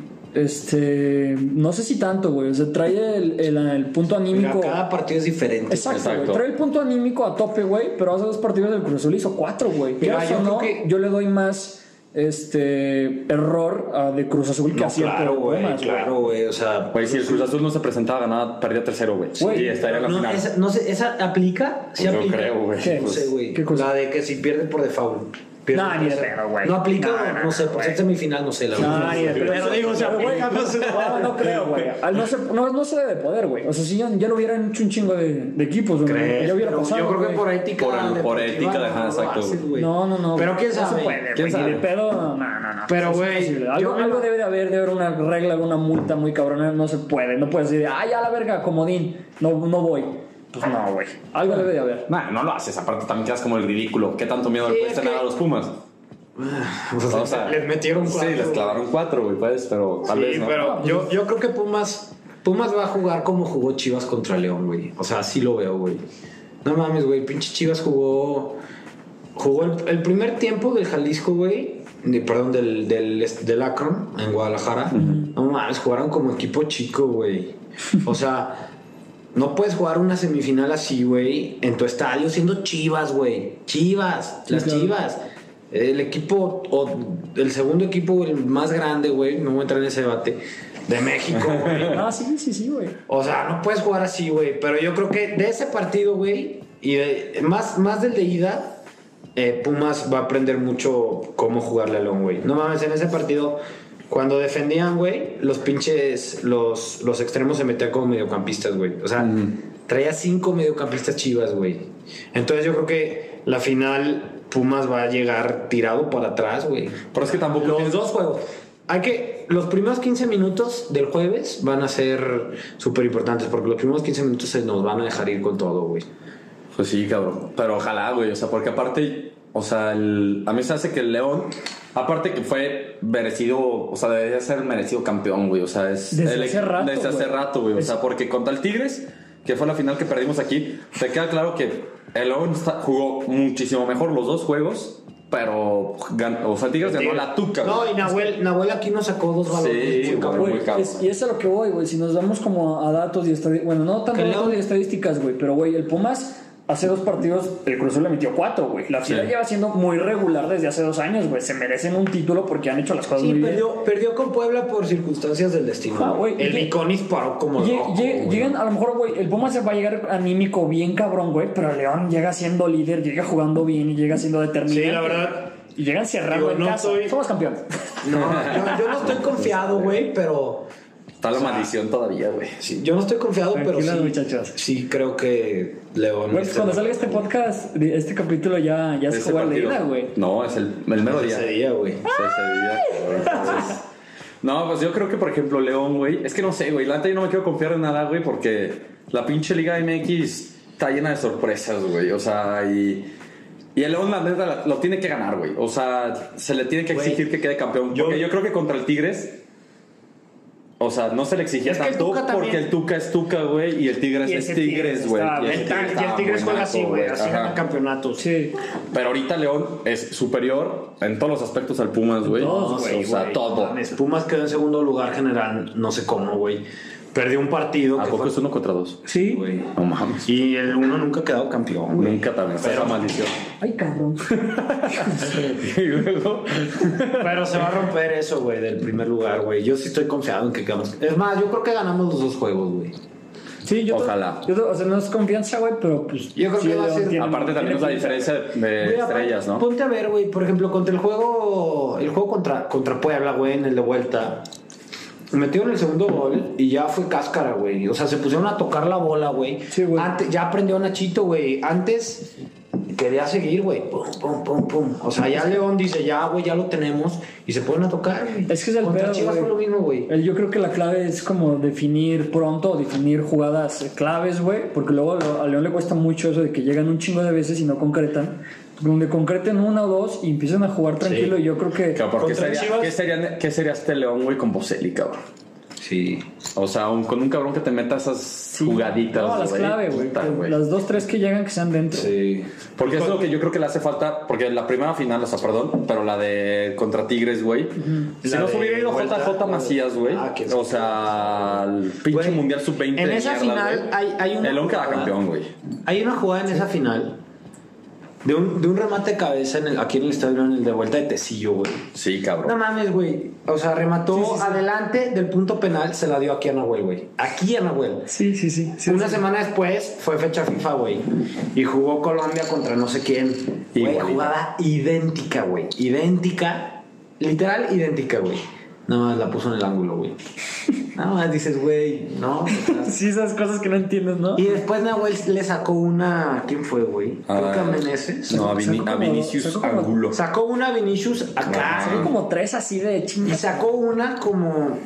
G: Este. No sé si tanto, güey. O sea, trae el, el- el punto
E: Mira,
G: anímico.
E: cada partido es diferente.
G: Exacto, güey.
D: Exacto.
G: Trae el punto anímico a tope, güey. Pero hace dos partidos del Cruz Azul hizo cuatro, güey.
E: Mira,
G: Quieras
E: yo
G: o
E: creo
G: no,
E: que-
G: yo le dodoy más este error a de Cruz Azul que
E: No,
G: acierto
E: claro,
G: de
E: güey,
G: Pumas, güey.
E: claro, güey. O sea,
D: Güey, si el Cruz Azul no se presentaba ganada, perdía tercero, güey.
G: Güey,
D: Y estaría en la
E: no,
D: final.
E: esa, no sé, ¿esa aplica? ¿Sí
D: Pues yo
E: aplica?
D: creo, güey.
G: ¿Qué?
E: No sé, güey.
G: ¿Qué cosa?
E: La de que si pierde por default. Pierde
G: No,
E: por
G: ni de
E: default.
G: pedo, güey.
E: No aplica,
G: No,
E: no,
G: no,
E: sé, por
G: güey.
E: ser semifinal, no sé, la verdad.
G: No, ni de pedo.
E: Pero digo, o sea,
G: Güey,
E: aplica, no sé.
G: no, no creo, güey. Al- No se, no, no se debe poder, güey. O sea, si ya, ya lo hubieran hecho un chingo de, de equipos, güey.
E: ¿Crees?
G: Ya hubiera
E: Pero
G: pasado.
E: yo creo que
G: güey.
E: por ética.
D: Por- por
E: deportiva
D: ética,
E: no
D: ajá,
E: lo
D: exacto,
E: haces, güey.
G: No, no, no.
E: Pero quién
G: No se
E: sabe.
G: puede,
E: ¿Quién
G: güey. Ni de
E: sabe?
G: pedo, no, no, no.
E: Pero,
G: Es
E: güey,
G: imposible. Algo,
E: yo me-
G: algo debe de haber, debe haber una regla, alguna multa muy cabrona. No se puede. No puedes decir, ay, ya la verga, comodín. No, no voy. Pues no, güey. Algo debe de haber.
D: Nah, no lo haces. Aparte también quedas como el ridículo. ¿Qué tanto miedo
E: Sí,
D: le puedes
E: es
D: tener
E: que-
D: a los Pumas? O sea,
E: les metieron cuatro,
D: Sí, les
E: güey.
D: clavaron cuatro, güey, pues, pero tal
E: Sí,
D: vez no.
E: pero yo, yo creo que Pumas Pumas va a jugar como jugó Chivas contra León, güey. O sea, así lo veo, güey. No mames, güey. Pinche Chivas jugó. Jugó el, el primer tiempo del Jalisco, güey. de- perdón, del, del, este, del Akron en Guadalajara. No mames, jugaron como equipo chico, güey. O sea, no puedes jugar una semifinal así, güey, en tu estadio siendo Chivas, güey. Chivas, las
G: claro.
E: Chivas. El equipo, o el segundo equipo, el más grande, güey, no voy a entrar en ese debate, de México, güey.
G: Ah, sí, sí, sí, güey.
E: O sea, no puedes jugar así, güey. Pero yo creo que de ese partido, güey, y de- más, más del de ida, eh, Pumas va a aprender mucho cómo jugarle a León, güey. No mames, en ese partido, cuando defendían, güey, los pinches, los, los extremos se metían como mediocampistas, güey. O sea, traía cinco mediocampistas chivas, güey. Entonces yo creo que la final, Pumas va a llegar tirado para atrás, güey.
D: Pero es que tampoco
E: Los
D: tienes-
E: dos juegos. Hay que. Los primeros 15 minutos del jueves van a ser súper importantes porque los primeros 15 minutos se nos van a dejar ir con todo, güey.
D: Pues sí, cabrón. Pero ojalá, güey. O sea, porque aparte, o sea, el- a mí se hace que el León, aparte que fue merecido, o sea, debería ser merecido campeón, güey. O sea, es.
G: Desde
D: el-
G: hace rato,
D: Desde hace
G: güey.
D: rato, güey. O
G: Es-
D: sea, porque contra el Tigres, que fue la final que perdimos aquí, te queda claro que el León está- jugó muchísimo mejor los dos juegos, pero. gan- o sea, el Tigres ganó la tuca, güey.
E: No, y Nahuel, Nahuel aquí nos sacó dos balones.
D: Sí,
E: muy cabrón. eh.
D: güey.
G: Güey,
D: muy cabrón.
G: es- y es a lo que voy, güey. Si nos vamos como a datos y estadísticas. Bueno, no tanto
E: Que
G: datos
E: León-
G: y estadísticas, güey. Pero, güey, el Pumas hace dos partidos, el Cruz Azul le metió cuatro, güey. La final
D: Sí.
G: lleva siendo muy regular desde hace dos años, güey. Se merecen un título porque han hecho las cosas
E: Sí,
G: muy bien.
E: perdió, perdió con Puebla por circunstancias del destino.
G: Ah,
E: güey.
G: güey,
E: el
G: lle-
E: Viconis paró como
G: Lle-
E: loco,
G: lle-
E: güey.
G: llegan, a lo mejor, güey, el Pumas se va a llegar anímico bien cabrón, güey. Pero León llega siendo líder, llega jugando bien y llega siendo determinante.
E: Sí, la verdad.
G: Y llegan cerrando
E: Digo,
G: en
E: no
G: casa.
E: soy-
G: Somos campeones.
E: No, yo, yo no estoy confiado, güey, pero.
D: Está la maldición todavía, güey.
E: sí, yo no estoy confiado, pero sí.
G: Tranquilos, muchachos.
E: Sí, creo que León.
G: Güey, pues
E: este,
G: cuando salga este podcast, de- este capítulo ya, ya se
D: Ese
G: jugó a la
D: partido.
G: ida, güey.
D: No, es el, el mero día.
E: ese día, güey.
D: Sí, ese día, cabrón. Entonces, no, pues yo creo que, por ejemplo, León, güey. Es que no sé, güey. La neta yo no me quiero confiar en nada, güey, porque la pinche Liga MX está llena de sorpresas, güey. O sea, y. Y el León, la neta, la- lo tiene que ganar, güey. O sea, se le tiene que
E: Güey,
D: exigir que quede campeón.
E: yo-
D: porque yo creo que contra el Tigres. O sea, no se le exigía
E: Es que el
D: tanto
E: Tuca también-
D: porque el Tuca es Tuca, güey, y el Tigres
G: Y
D: es
G: ese
D: Tigres,
G: Tigres
D: güey.
G: estaba-
D: ese
E: El Tigres- y el
D: estaba
E: Tigres juega
D: buenazo,
E: así, güey. Así
D: Ajá.
E: gana campeonatos.
G: Sí.
D: Pero ahorita León es superior en todos los aspectos al Pumas, güey.
G: todos,
D: o sea,
E: güey,
D: todo.
E: mames, Pumas quedó en segundo lugar general, no sé cómo, güey. Perdió un partido.
D: ¿A
E: que
D: poco
E: fue-
D: es uno contra dos?
E: Sí, güey.
D: No mames.
E: Y el uno nunca ha quedado campeón, güey.
D: Nunca tan esa
E: Pero-
D: maldición.
G: Ay, cabrón.
D: y luego.
E: Pero se va a romper eso, güey, del primer lugar, güey. Yo sí estoy confiado en que quedamos. Es más, yo creo que ganamos los dos juegos, güey.
G: Sí, yo.
D: Ojalá.
G: yo- o sea, no es confianza, güey, pero pues.
E: Yo creo
G: sí,
E: que va a
G: León
E: ser-
G: tiene-
D: Aparte también
G: tiene
D: es la
G: pinta.
D: diferencia de
E: Güey, aparte, pues,
D: estrellas, ¿no?
E: Ponte a ver, güey, por ejemplo, contra el juego, el juego contra, contra Puebla, güey, en el de vuelta. Metieron el segundo gol y ya fue cáscara, güey. O sea, se pusieron a tocar la bola, güey.
G: Sí, güey.
E: Antes- Ya aprendió Nachito, güey. Antes quería seguir, güey. Pum, pum, pum, pum. O sea, ya León dice, ya, güey, ya lo tenemos. Y se ponen a tocar, güey.
G: Es que es el
E: Contra
G: pedo,
E: Chivas
G: güey.
E: fue lo mismo, güey.
G: Eh, Yo creo que la clave es como definir pronto, definir jugadas eh, claves, güey, porque luego a Lo- a León le cuesta mucho eso de que llegan un chingo de veces y no concretan. Donde concreten una o dos y empiezan a jugar tranquilo, y yo creo que.
D: Claro, porque
E: Contra
D: sería-
E: Chivas.
D: ¿qué, sería, ¿Qué sería este León, güey, con Boselli, cabrón?
E: Sí.
D: O sea, un- con un cabrón que te meta esas
G: Sí.
D: jugaditas,
G: No, las
D: güey,
G: clave,
D: puta,
G: güey.
D: güey.
G: Las dos, tres que llegan que sean dentro.
E: Sí.
D: Porque es lo que yo creo que le hace falta, porque la primera final, o sea, perdón, pero la de contra Tigres, güey. Si
E: La
D: no
E: de
D: se hubiera ido
E: vuelta,
D: JJ
E: la de-
D: Macías, güey.
E: Ah, que-
D: o sea, el pinche
E: Güey,
D: Mundial Sub-20.
E: en
D: de
E: esa
D: mierda,
E: final
D: güey.
E: hay- hay una
D: El León queda
E: jugada.
D: campeón, güey.
E: Hay una jugada en esa final de un, de un remate de cabeza en el- aquí en el estadio, en el de vuelta de Tecillo, güey.
D: Sí,
E: No
D: cabrón.
E: mames, güey. O sea, remató adelante del punto penal, se la dio aquí a Nahuel, güey. Aquí a Nahuel.
G: Sí, sí, sí. sí,
E: Una
G: sí.
E: semana después fue fecha FIFA, güey. Y jugó Colombia contra no sé quién. Güey,
D: Igualita.
E: jugada idéntica, güey. Idéntica. Literal idéntica, güey. Nada más la puso en el ángulo, güey. Nada más dices, güey, no. o sea,
G: Sí, esas cosas que no entiendes, ¿no?
E: y después Nahuel le sacó una. ¿Quién fue, güey? Creo que a
D: Ah,
E: Meneses.
D: No, a, Vini-
G: Sacó
D: a
G: como- sacó
D: Vinicius
G: como-
D: Angulo.
E: Sacó una a Vinicius acá.
G: Son como tres así de
E: Y
G: chingas.
E: sacó una como.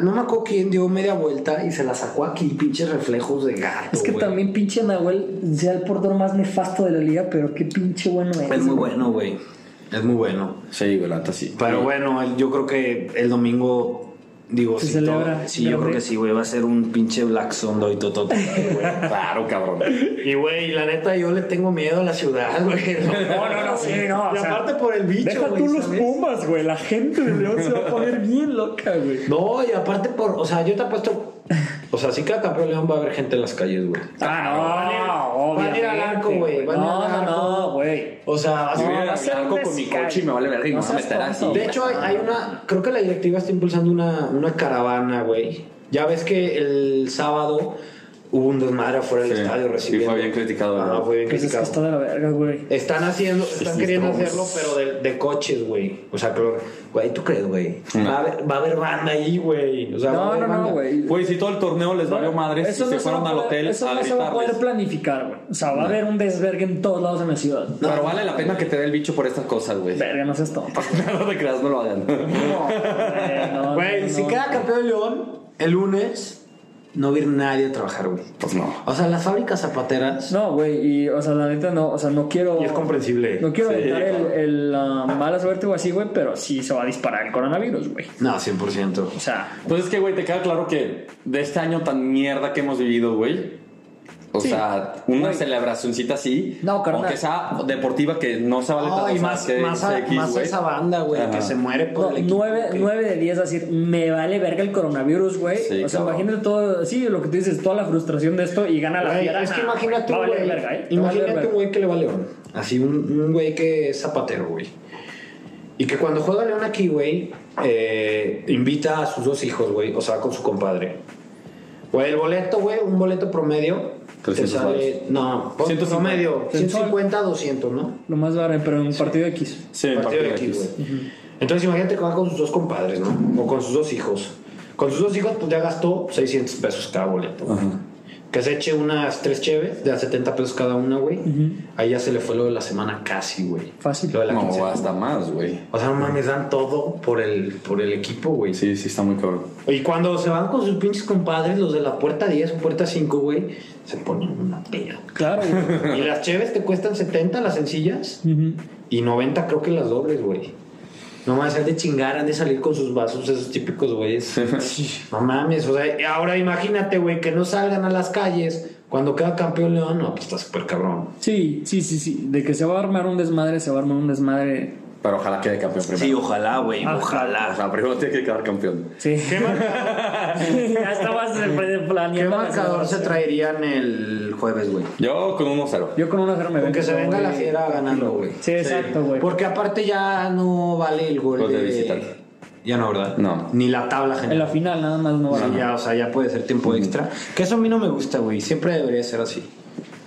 E: No me acuerdo quién dio media vuelta y se la sacó aquí, pinches reflejos de gato.
G: Es que
E: güey.
G: también pinche Nahuel sea el portero más nefasto de la liga, pero qué pinche bueno es.
E: Es muy bueno, güey. Es muy bueno.
D: Sí, güey, la neta sí.
E: Pero bueno, el- yo creo que el domingo, digo,
G: Se
E: sí,
G: celebra.
E: todo- sí, yo
G: Grande.
E: creo que sí, güey, va a ser un pinche Black Sunday y todo.
D: Claro, cabrón.
E: Y güey, la neta, yo le tengo miedo a la ciudad, güey.
G: No, no, no, sí, no,
E: Y
G: o sea,
E: aparte por el bicho,
G: Deja
E: güey,
G: tú los
E: ¿sabes?
G: Pumas, güey. La gente de León se va a poner bien loca, güey.
E: No, y aparte por, o sea, yo te apuesto, o sea, si cada campeón León va a haber gente en las calles, güey.
G: Ah, no,
E: van a ir al arco, güey, van a ir
G: No,
E: al
G: no,
E: arco.
G: no, güey.
E: O sea,
D: Yo
E: así-
D: voy a ir
G: va a
D: al
G: ser
D: arco
G: un
D: con mi
G: mezcal.
D: coche y me vale verga y
G: No
D: me van a
G: seas
D: meter así.
G: tonto.
E: de hecho hay, hay una, creo que la directiva está impulsando una, una caravana, güey. Ya ves que el sábado hubo un desmadre afuera del
D: Sí,
E: estadio
D: y
E: recibiendo.
D: fue bien criticado,
E: Ah,
D: ¿verdad?
E: fue bien
G: Pues es que
E: criticado. Eh,
G: está de la verga, güey.
E: Están haciendo, están
D: sí,
E: queriendo
D: estamos-
E: hacerlo, pero de, de coches, güey. O sea, claro, güey, ¿tú crees, güey? Va, a haber- va a haber banda ahí, güey. O sea, va a
G: No,
E: haber
G: no,
E: banda.
G: no, güey.
D: Güey, si todo el torneo les valió madres y
G: Eso
D: se
G: no va
D: fueron
G: a
D: al
G: poder-
D: hotel
G: Eso
D: a
G: no se va a poder
D: gritarles.
G: planificar, güey. O sea, va a haber un desvergue en todos lados en la ciudad.
D: Pero vale la pena que te dé el bicho por estas cosas, güey.
G: Verga, no seas tonto.
D: No te creas, no lo hagan.
G: No, güey, no,
E: Güey,
G: no,
E: si
G: no.
E: queda campeón León, el lunes no va a ir nadie a trabajar, güey.
D: Pues no.
E: O sea, las fábricas zapateras.
G: No, güey, y, o sea, la neta no, o sea, no quiero...
E: Y es comprensible.
G: No quiero evitar el, el, ah, mala suerte o así, güey, pero sí se va a disparar el coronavirus, güey.
E: No, 100%.
G: O sea,
D: Pues es que, güey, te queda claro que de este año tan mierda que hemos vivido, güey. O sea, una celebracioncita así.
G: No, carnal.
D: Aunque sea deportiva que no se vale
E: No,
D: tanto,
E: y
D: o sea,
E: más,
D: que
E: más, a,
D: X,
E: más a
D: güey.
E: esa banda, güey,
D: Ajá.
E: que se muere por el equipo.
G: 9,
E: que-
G: de 10 a decir, me vale verga el coronavirus, güey.
D: Sí,
G: o sea,
D: cabrón.
G: imagínate todo, sí, lo que tú dices, toda la frustración de esto y gana la
E: Güey,
G: fiera.
E: es que
G: Nah,
E: imagínate
G: va a
E: un
G: valer
E: güey.
G: verga, ¿eh? Va a valer
E: Imagínate
G: verga.
E: un güey que le va a León. Así un, un güey que es zapatero, güey. Y que cuando juega León aquí, güey, eh, invita a sus dos hijos, güey. O sea, con su compadre. Güey, el boleto, güey, un boleto promedio. Te
D: 300
E: sale. No, pon
D: 150.
E: promedio. 150 a 200, ¿no?
G: Lo más barato, pero en un partido X.
D: Sí, en
E: partido de aquí, güey. Entonces imagínate que va con sus dos compadres, ¿no? O con sus dos hijos. Con sus dos hijos, pues ya gastó 600 pesos cada boleto. güey. Que se eche unas tres cheves de a 70 pesos cada una, güey. Ahí ya se le fue lo de la semana casi, güey.
G: Fácil.
E: Lo de la
D: No,
E: quincena.
D: hasta más, güey.
E: O sea, no mames, dan todo por el, por el equipo, güey.
D: Sí, sí, está muy cabrón.
E: Y cuando se van con sus pinches compadres, los de la puerta 10 o puerta 5, güey, se ponen una pena.
G: Claro, güey.
E: Y las cheves te cuestan 70 las sencillas
G: Ujú.
E: y 90 creo que las dobles, güey. No mames, han de chingar, han de salir con sus vasos esos típicos, güeyes. no mames, o sea, y ahora imagínate, güey, que no salgan a las calles cuando queda campeón León. No, pues está súper cabrón.
G: Sí, sí, sí, sí. De que se va a armar un desmadre, se va a armar un desmadre.
D: Pero ojalá quede campeón primero.
E: ojalá, güey,
G: Ah,
D: O sea, primero tiene que quedar campeón.
G: Sí. ya estabas de- de- planeando.
E: ¿Qué
G: la
E: marcador se
G: celebración.
E: traerían el jueves, güey?
D: Yo con 1-0.
G: Yo con una cero me
E: Con que
G: vengo,
E: se venga
G: güey.
E: la fiera ganando, güey.
G: Sí, exacto, güey.
E: Porque aparte ya no vale el gol
D: Gol
E: de,
D: de visitante.
E: Ya no, ¿verdad?
D: No.
E: Ni la tabla general.
G: En la final nada más no va a
E: Sí,
G: ganar.
E: ya, o sea, ya puede ser tiempo extra. Que eso a mí no me gusta, güey. Siempre debería ser así.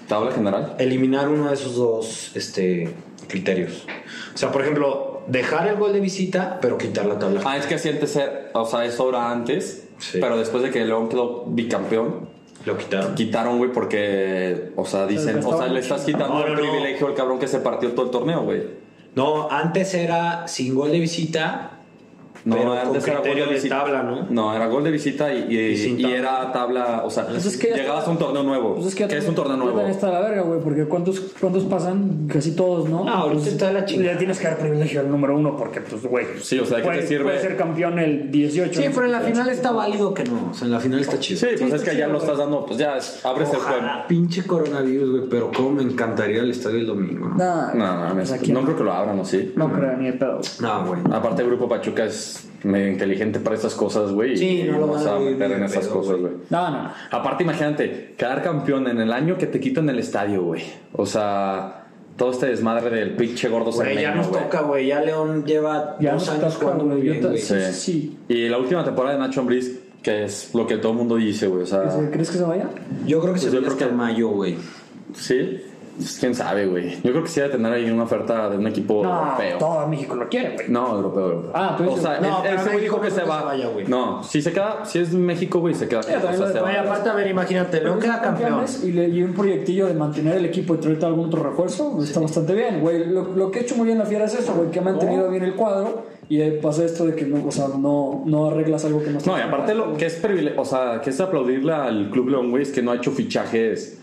D: Tabla general.
E: Eliminar uno de esos dos este, criterios. O sea, por ejemplo, dejar el gol de visita, pero quitar la tabla.
D: Ah, es que así antes, era- o sea, eso era antes.
E: Sí.
D: Pero después de que León quedó bicampeón,
E: Lo quitaron.
D: Quitaron, güey, porque, o sea, dicen, o sea, le estás quitando
E: No, no,
D: el
E: no.
D: privilegio al cabrón que se partió todo el torneo, güey.
E: No, antes era sin gol de visita.
D: No,
E: pero con
D: antes era gol
E: criterio
D: de
E: de
D: visita.
E: tabla, ¿no?
D: No, era gol de visita y, y-
E: Y sin
D: y
E: tabla.
D: era tabla, o sea,
G: Pues es que ya
D: llegabas
G: está-
D: a un torneo nuevo,
G: Pues
D: que,
G: ya
D: es
G: también-
D: un torneo
G: ya
D: nuevo.
G: también está la verga, güey, porque ¿cuántos, ¿cuántos pasan? Casi todos, ¿no?
E: No, Ah, ahorita
G: Pues,
E: está la
H: Ya
E: chingada.
H: tienes que dar privilegio al número uno porque, pues, güey.
D: Sí, o sea, ¿de qué
H: puede-
D: te sirve?
H: Puede ser campeón el 18.
E: Sí,
H: ¿no?
E: pero en la final está válido que no. O sea, en la final está chido.
D: Sí, pues es que ya lo estás dando, pues ya es- abres el juego.
E: Ojalá, pinche coronavirus, güey, pero cómo me encantaría el estadio el domingo, ¿no?
G: Nah,
D: No, no,
G: pues,
D: mames,
G: aquí
D: no creo que lo abran, ¿o sí?
H: No creo ni de pedo. güey.
E: No, güey.
D: Aparte, el Grupo Pachuca es medio inteligente para estas cosas, güey.
E: Sí,
D: y
E: no lo
D: no
E: van
D: se va a
E: a ir
D: meter
E: ni
D: en
E: de
D: esas
E: pedo,
D: cosas,
E: güey.
D: güey.
G: No, no, no.
D: Aparte, imagínate, quedar campeón en el año que te quitan el estadio, güey. O sea, todo este desmadre del pinche gordo
E: Güey, ya
D: cermeño,
E: nos
D: güey.
E: toca, güey. Ya León lleva
G: Ya
E: dos
G: nos
E: años
G: toca,
E: jugando muy
G: güey,
E: bien,
G: yo
E: güey.
G: ta-
D: Sí.
G: Sí.
D: Y la última temporada de Nacho Ambriz, que es lo que todo el mundo dice, güey. O sea,
G: ¿Crees- ¿Crees que se vaya?
E: Yo creo que
D: Pues
E: se
D: yo
E: viene
D: creo
E: hasta
D: que-
E: mayo, güey.
D: sí. Pues, quién sabe, güey. Yo creo que sí debe tener ahí una oferta de un equipo
H: No,
D: europeo.
H: todo México lo quiere, güey.
D: No, europeo, europeo.
G: Ah, tú
D: O
G: dices-
D: sea, él-
E: No,
D: él
E: pero
D: según dijo
E: México
D: que
E: no
D: se
E: creo que
D: va.
E: se vaya, güey.
D: no, si se queda, si es México, güey, se queda. aquí.
G: también
D: O sea,
G: lo de-
D: se va.
E: Oye, aparte, a ver, imagínate, León queda campeón.
G: Campeones Y, le- y un proyectillo de mantener el equipo y traerte algún otro refuerzo, está bastante bien, güey. Lo, lo que ha hecho muy bien la fiera es eso, güey, que ha
E: Oh.
G: mantenido bien el cuadro y eh, pasa esto de que no, o sea, no, no arreglas algo que no está
D: No, y aparte lo que es privile- o sea, que es aplaudirle al Club León, güey, es que no ha hecho fichajes,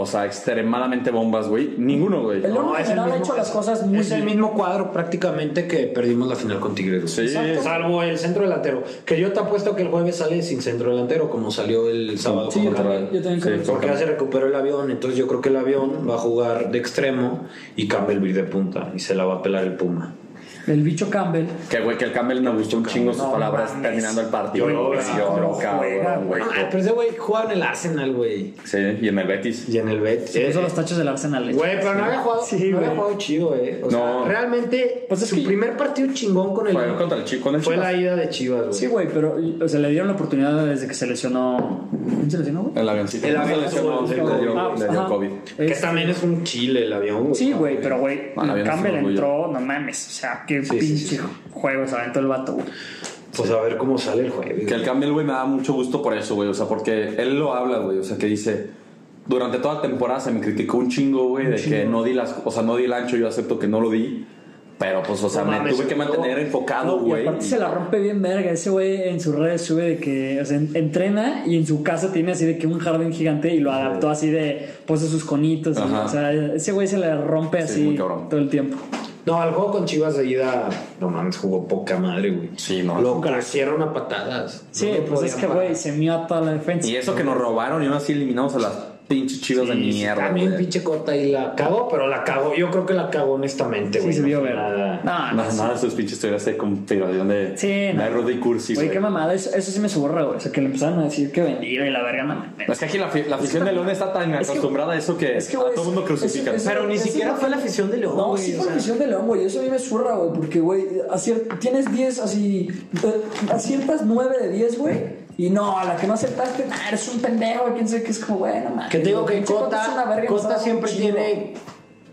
D: o sea, extremadamente bombas, güey. Ninguno, güey.
G: El León
E: No,
G: en
E: es el
G: general ha
E: mismo-
G: hecho las cosas muy
E: Es el
G: bien.
E: mismo cuadro prácticamente que perdimos la final con Tigres. güey.
D: Sí. Exacto.
E: Salvo el centro delantero. Que yo te apuesto que el jueves sale sin centro delantero, como salió el sábado
G: Sí, yo
E: contra
G: también, yo también creo
D: Sí,
G: que-
E: Porque ya se recuperó el avión, entonces yo creo que el avión va a jugar de extremo y Campbell vir de punta y se la va a pelar el Puma.
G: El bicho Campbell.
D: Que, güey, que el Campbell me gustó un chingo sus palabras terminando el partido.
H: Yo,
D: güey,
H: güey,
D: lloró,
H: no
D: cabrón, güey.
E: Ah, pero ese güey juega en el Arsenal, güey.
D: Sí, y en el Betis.
E: Y en el Bet.
G: Eso los tachos del Arsenal. eh.
E: Güey, pero no había jugado,
H: Sí,
E: no había
H: güey.
E: jugado chido, eh. O
D: No.
E: sea, realmente
G: Pues es
E: su
G: que-
E: primer partido chingón con el
D: Fue contra el Chi- con el
E: fue
D: Chivas.
E: la ida de Chivas, güey.
G: Sí, güey, pero o sea, le dieron la oportunidad desde que se lesionó. ¿Quién se lesionó, güey?
D: El avioncito.
E: El
D: No se
E: avión-
D: lesionó,
E: el-
D: le dio-
G: Ah,
D: le dio
G: ajá.
D: COVID.
E: que
G: Es-
E: también es un chile el avión,
D: Pues
G: Sí,
E: güey.
H: Güey, pero güey,
D: Ah, la vida es un
H: Campbell
D: orgullo.
H: entró, no mames, o sea, qué
E: Sí, sí,
H: pinche
E: sí, sí.
H: juego se aventó el vato, güey.
E: Pues a ver cómo sale el jueves.
D: Que el Campbell, güey, me da mucho gusto por eso, güey. O sea, porque él lo habla, güey. O sea, que dice. Durante toda la temporada se me criticó un chingo, güey, de que no di las. O sea, no di el ancho, yo acepto que no lo di. Pero pues, o sea,
E: No
D: me
E: mames,
D: tuve que
E: el juego-
D: mantener enfocado,
G: No, y
D: güey.
G: aparte se la rompe bien verga. Ese güey en sus redes sube de que o sea, en- entrena y en su casa tiene así de que un jardín gigante y lo adaptó así de puso sus conitos. y-
D: Ajá.
G: o sea, ese güey se la rompe
D: Sí,
G: así
D: muy cabrón.
G: todo el tiempo.
E: No, al juego con Chivas de ida, no mames, jugó poca madre, güey.
D: Sí, no.
E: Lo crecieron a patadas.
G: Sí,
E: No lo
G: pues es
E: podían
G: que
E: parar.
G: güey se mió a toda la defensa.
D: Y eso que nos robaron y aún así eliminamos a las pinches chivas de
E: Sí, sí,
D: mierda,
E: También
D: güey.
E: pinche cota y la cagó, pero la cagó. Yo creo que la cagó honestamente,
G: Sí,
E: güey.
G: se
E: no
G: vio
E: fue
G: ver.
E: nada.
G: No, no,
D: Nada, nada de sus pinches teorías de configuración de.
G: Ah, Sí, no.
D: de Rudy Cursi,
G: Güey,
D: güey.
G: qué mamada. Eso, eso sí me soborra, güey. O sea, que le empezaron a decir que vendido y la verga, no mames.
D: Es que aquí la, fi- la afición de León está tan
G: que-
D: acostumbrada a eso que,
G: es que,
D: a
G: güey,
D: todo
G: es-
D: el mundo crucifica.
G: es- es-
E: Pero ni
G: Ese
E: siquiera
G: no-
E: fue la afición de León.
G: No,
E: güey,
G: sí
E: o
G: por
E: sea.
G: visión de León, güey. Eso a mí me zurra, güey. Porque, güey, acier- tienes 10 así. eh, Aciertas 9 de 10, güey. Y no, a la que no acertaste, nah, eres un pendejo, güey. Quién sabe qué es como, güey, no mames.
E: Que te digo que
G: Pinche es una
E: Cota,
G: verga, nos ha
E: Cota
G: dado un
E: siempre
G: chingo.
E: tiene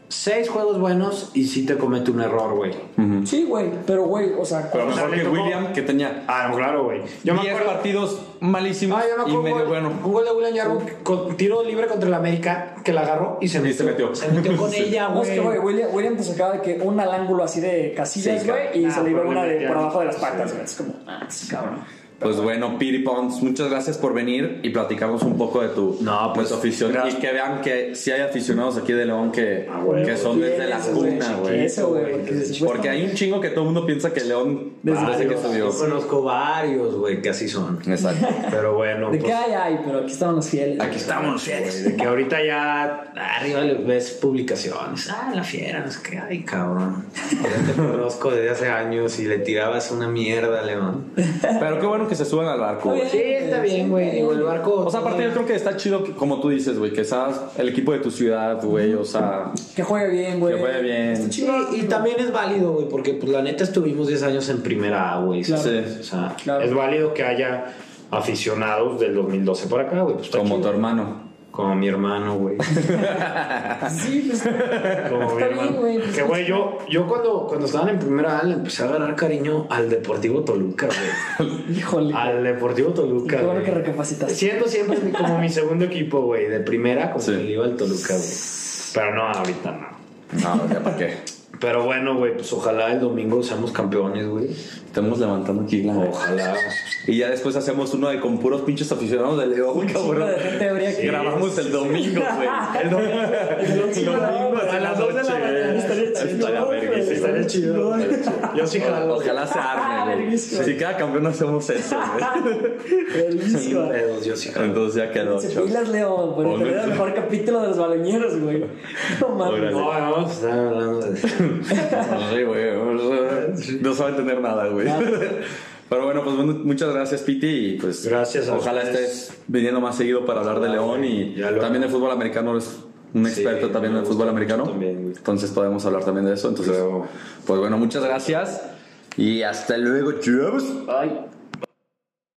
E: seis juegos buenos y sí te comete un error, güey.
D: Mm.
G: Sí, güey. Pero, güey, o sea,
D: Pero mejor
E: le
D: que
E: tocó-
D: William, que tenía
E: Ah, no, claro, güey. Yo me
D: 10
E: acuerdo.
D: partidos malísimos
E: Ah, yo
D: y
E: me acuerdo un
D: medio
E: gol-
D: bueno.
E: un gol de William Yarbo con tiro libre contra el América que la agarró y se
D: Y se metió.
E: Se metió con
D: Sí.
E: ella,
G: No, es que, güey,
E: güey.
G: William, William te sacaba de que una al ángulo así de casillas,
D: Sí,
G: güey, y
E: ah,
G: se le iba
E: pero
G: una
E: le
G: de
E: metían-
G: por abajo de las patas, güey. Es como, ah, cabrón.
D: Pues bueno, Piri Pons, muchas gracias por venir y platicamos un poco de tu,
E: No,
D: de
E: pues,
D: tu afición.
E: gracias.
D: Y que vean que sí hay aficionados aquí de León que,
E: Ah, güey,
D: que son
E: güey.
D: desde la
G: Eso,
D: cuna, güey.
G: Eso, güey.
E: güey,
G: porque
E: desde
G: supuestamente-
D: Porque hay un chingo que todo el mundo piensa que León desde, que subió.
E: Yo conozco varios, güey, que así son.
D: Exacto.
E: Pero bueno,
G: De
E: pues,
G: qué hay, hay, pero aquí estaban los fieles.
D: Aquí estamos,
E: güey,
D: fieles.
E: de que ahorita ya arriba le ves publicaciones. Ah, la fiera, no sé qué. Ay, cabrón. Ya te conozco desde hace años y le tirabas una mierda, León.
D: Pero qué bueno que se suben al barco, güey.
E: Sí, está bien, güey. Digo, el barco.
D: O sea, aparte yo creo que está chido, que, como tú dices, güey, que seas el equipo de tu ciudad, güey. O sea,
G: Que juegue bien, güey.
D: Que juegue bien.
G: Está
E: Sí,
G: chido.
E: y también es válido, güey, porque pues la neta estuvimos 10 años en primera, A, güey.
G: Claro.
E: O sea,
G: Claro.
E: es válido que haya aficionados del 2012 para acá, güey. Pues, está
D: como
E: chido.
D: tu hermano.
E: Como mi hermano, güey.
G: Sí, pues.
E: Como mi
G: Está bien,
E: hermano.
G: güey. pues,
E: Que, güey, yo, yo cuando, cuando estaban en primera A le empecé a agarrar cariño al Deportivo Toluca, güey.
G: Híjole.
E: al Deportivo Toluca.
G: Qué bueno
E: güey.
G: que recapacitaste.
E: Siendo siempre mi- como mi segundo equipo, güey. De primera, como
D: Sí.
E: que le iba al Toluca, güey. Pero no, ahorita no.
D: No, ya para qué.
E: Pero bueno, güey, pues ojalá el domingo seamos campeones, güey.
D: Estamos levantando aquí la.
E: Ojalá.
D: Y ya después hacemos uno de con puros pinches aficionados de León,
G: Chingo
D: cabrón.
G: de gente habría que-
D: Grabamos el domingo, güey.
E: El domingo, a las dos de la mañana.
G: Estaría chido,
D: Estaría
G: güey.
D: verguísima.
E: Estaría chido. Yo sí jalo.
D: Ojalá se arme, güey.
G: Verguísima.
D: Si cada campeón hacemos eso, güey.
G: Buenísimo.
E: Dedos, Yo sí jalo.
D: Entonces ya quedó.
G: Se
D: chavo.
G: pilas, Leo, por
D: Hombre.
G: tener el mejor capítulo de los baloñeros, güey. No mames.
D: Órale.
E: No, vamos a estar hablando de.
D: Sí, güey. No sabe entender nada, güey. Pero bueno, pues bueno, muchas gracias, Piti. Y pues
E: Gracias a
D: ojalá
E: ustedes.
D: estés viniendo más seguido para hablar de
E: Ojalá,
D: León
E: güey.
D: y
E: Ya lo-
D: también de fútbol americano. Eres un
E: Sí,
D: experto también
E: me
D: del
E: gusta
D: fútbol
E: mucho
D: americano.
E: también, güey.
D: Entonces podemos hablar también de eso. Entonces,
E: Luego.
D: pues bueno, muchas gracias. Y hasta luego, chavos.
H: Ay.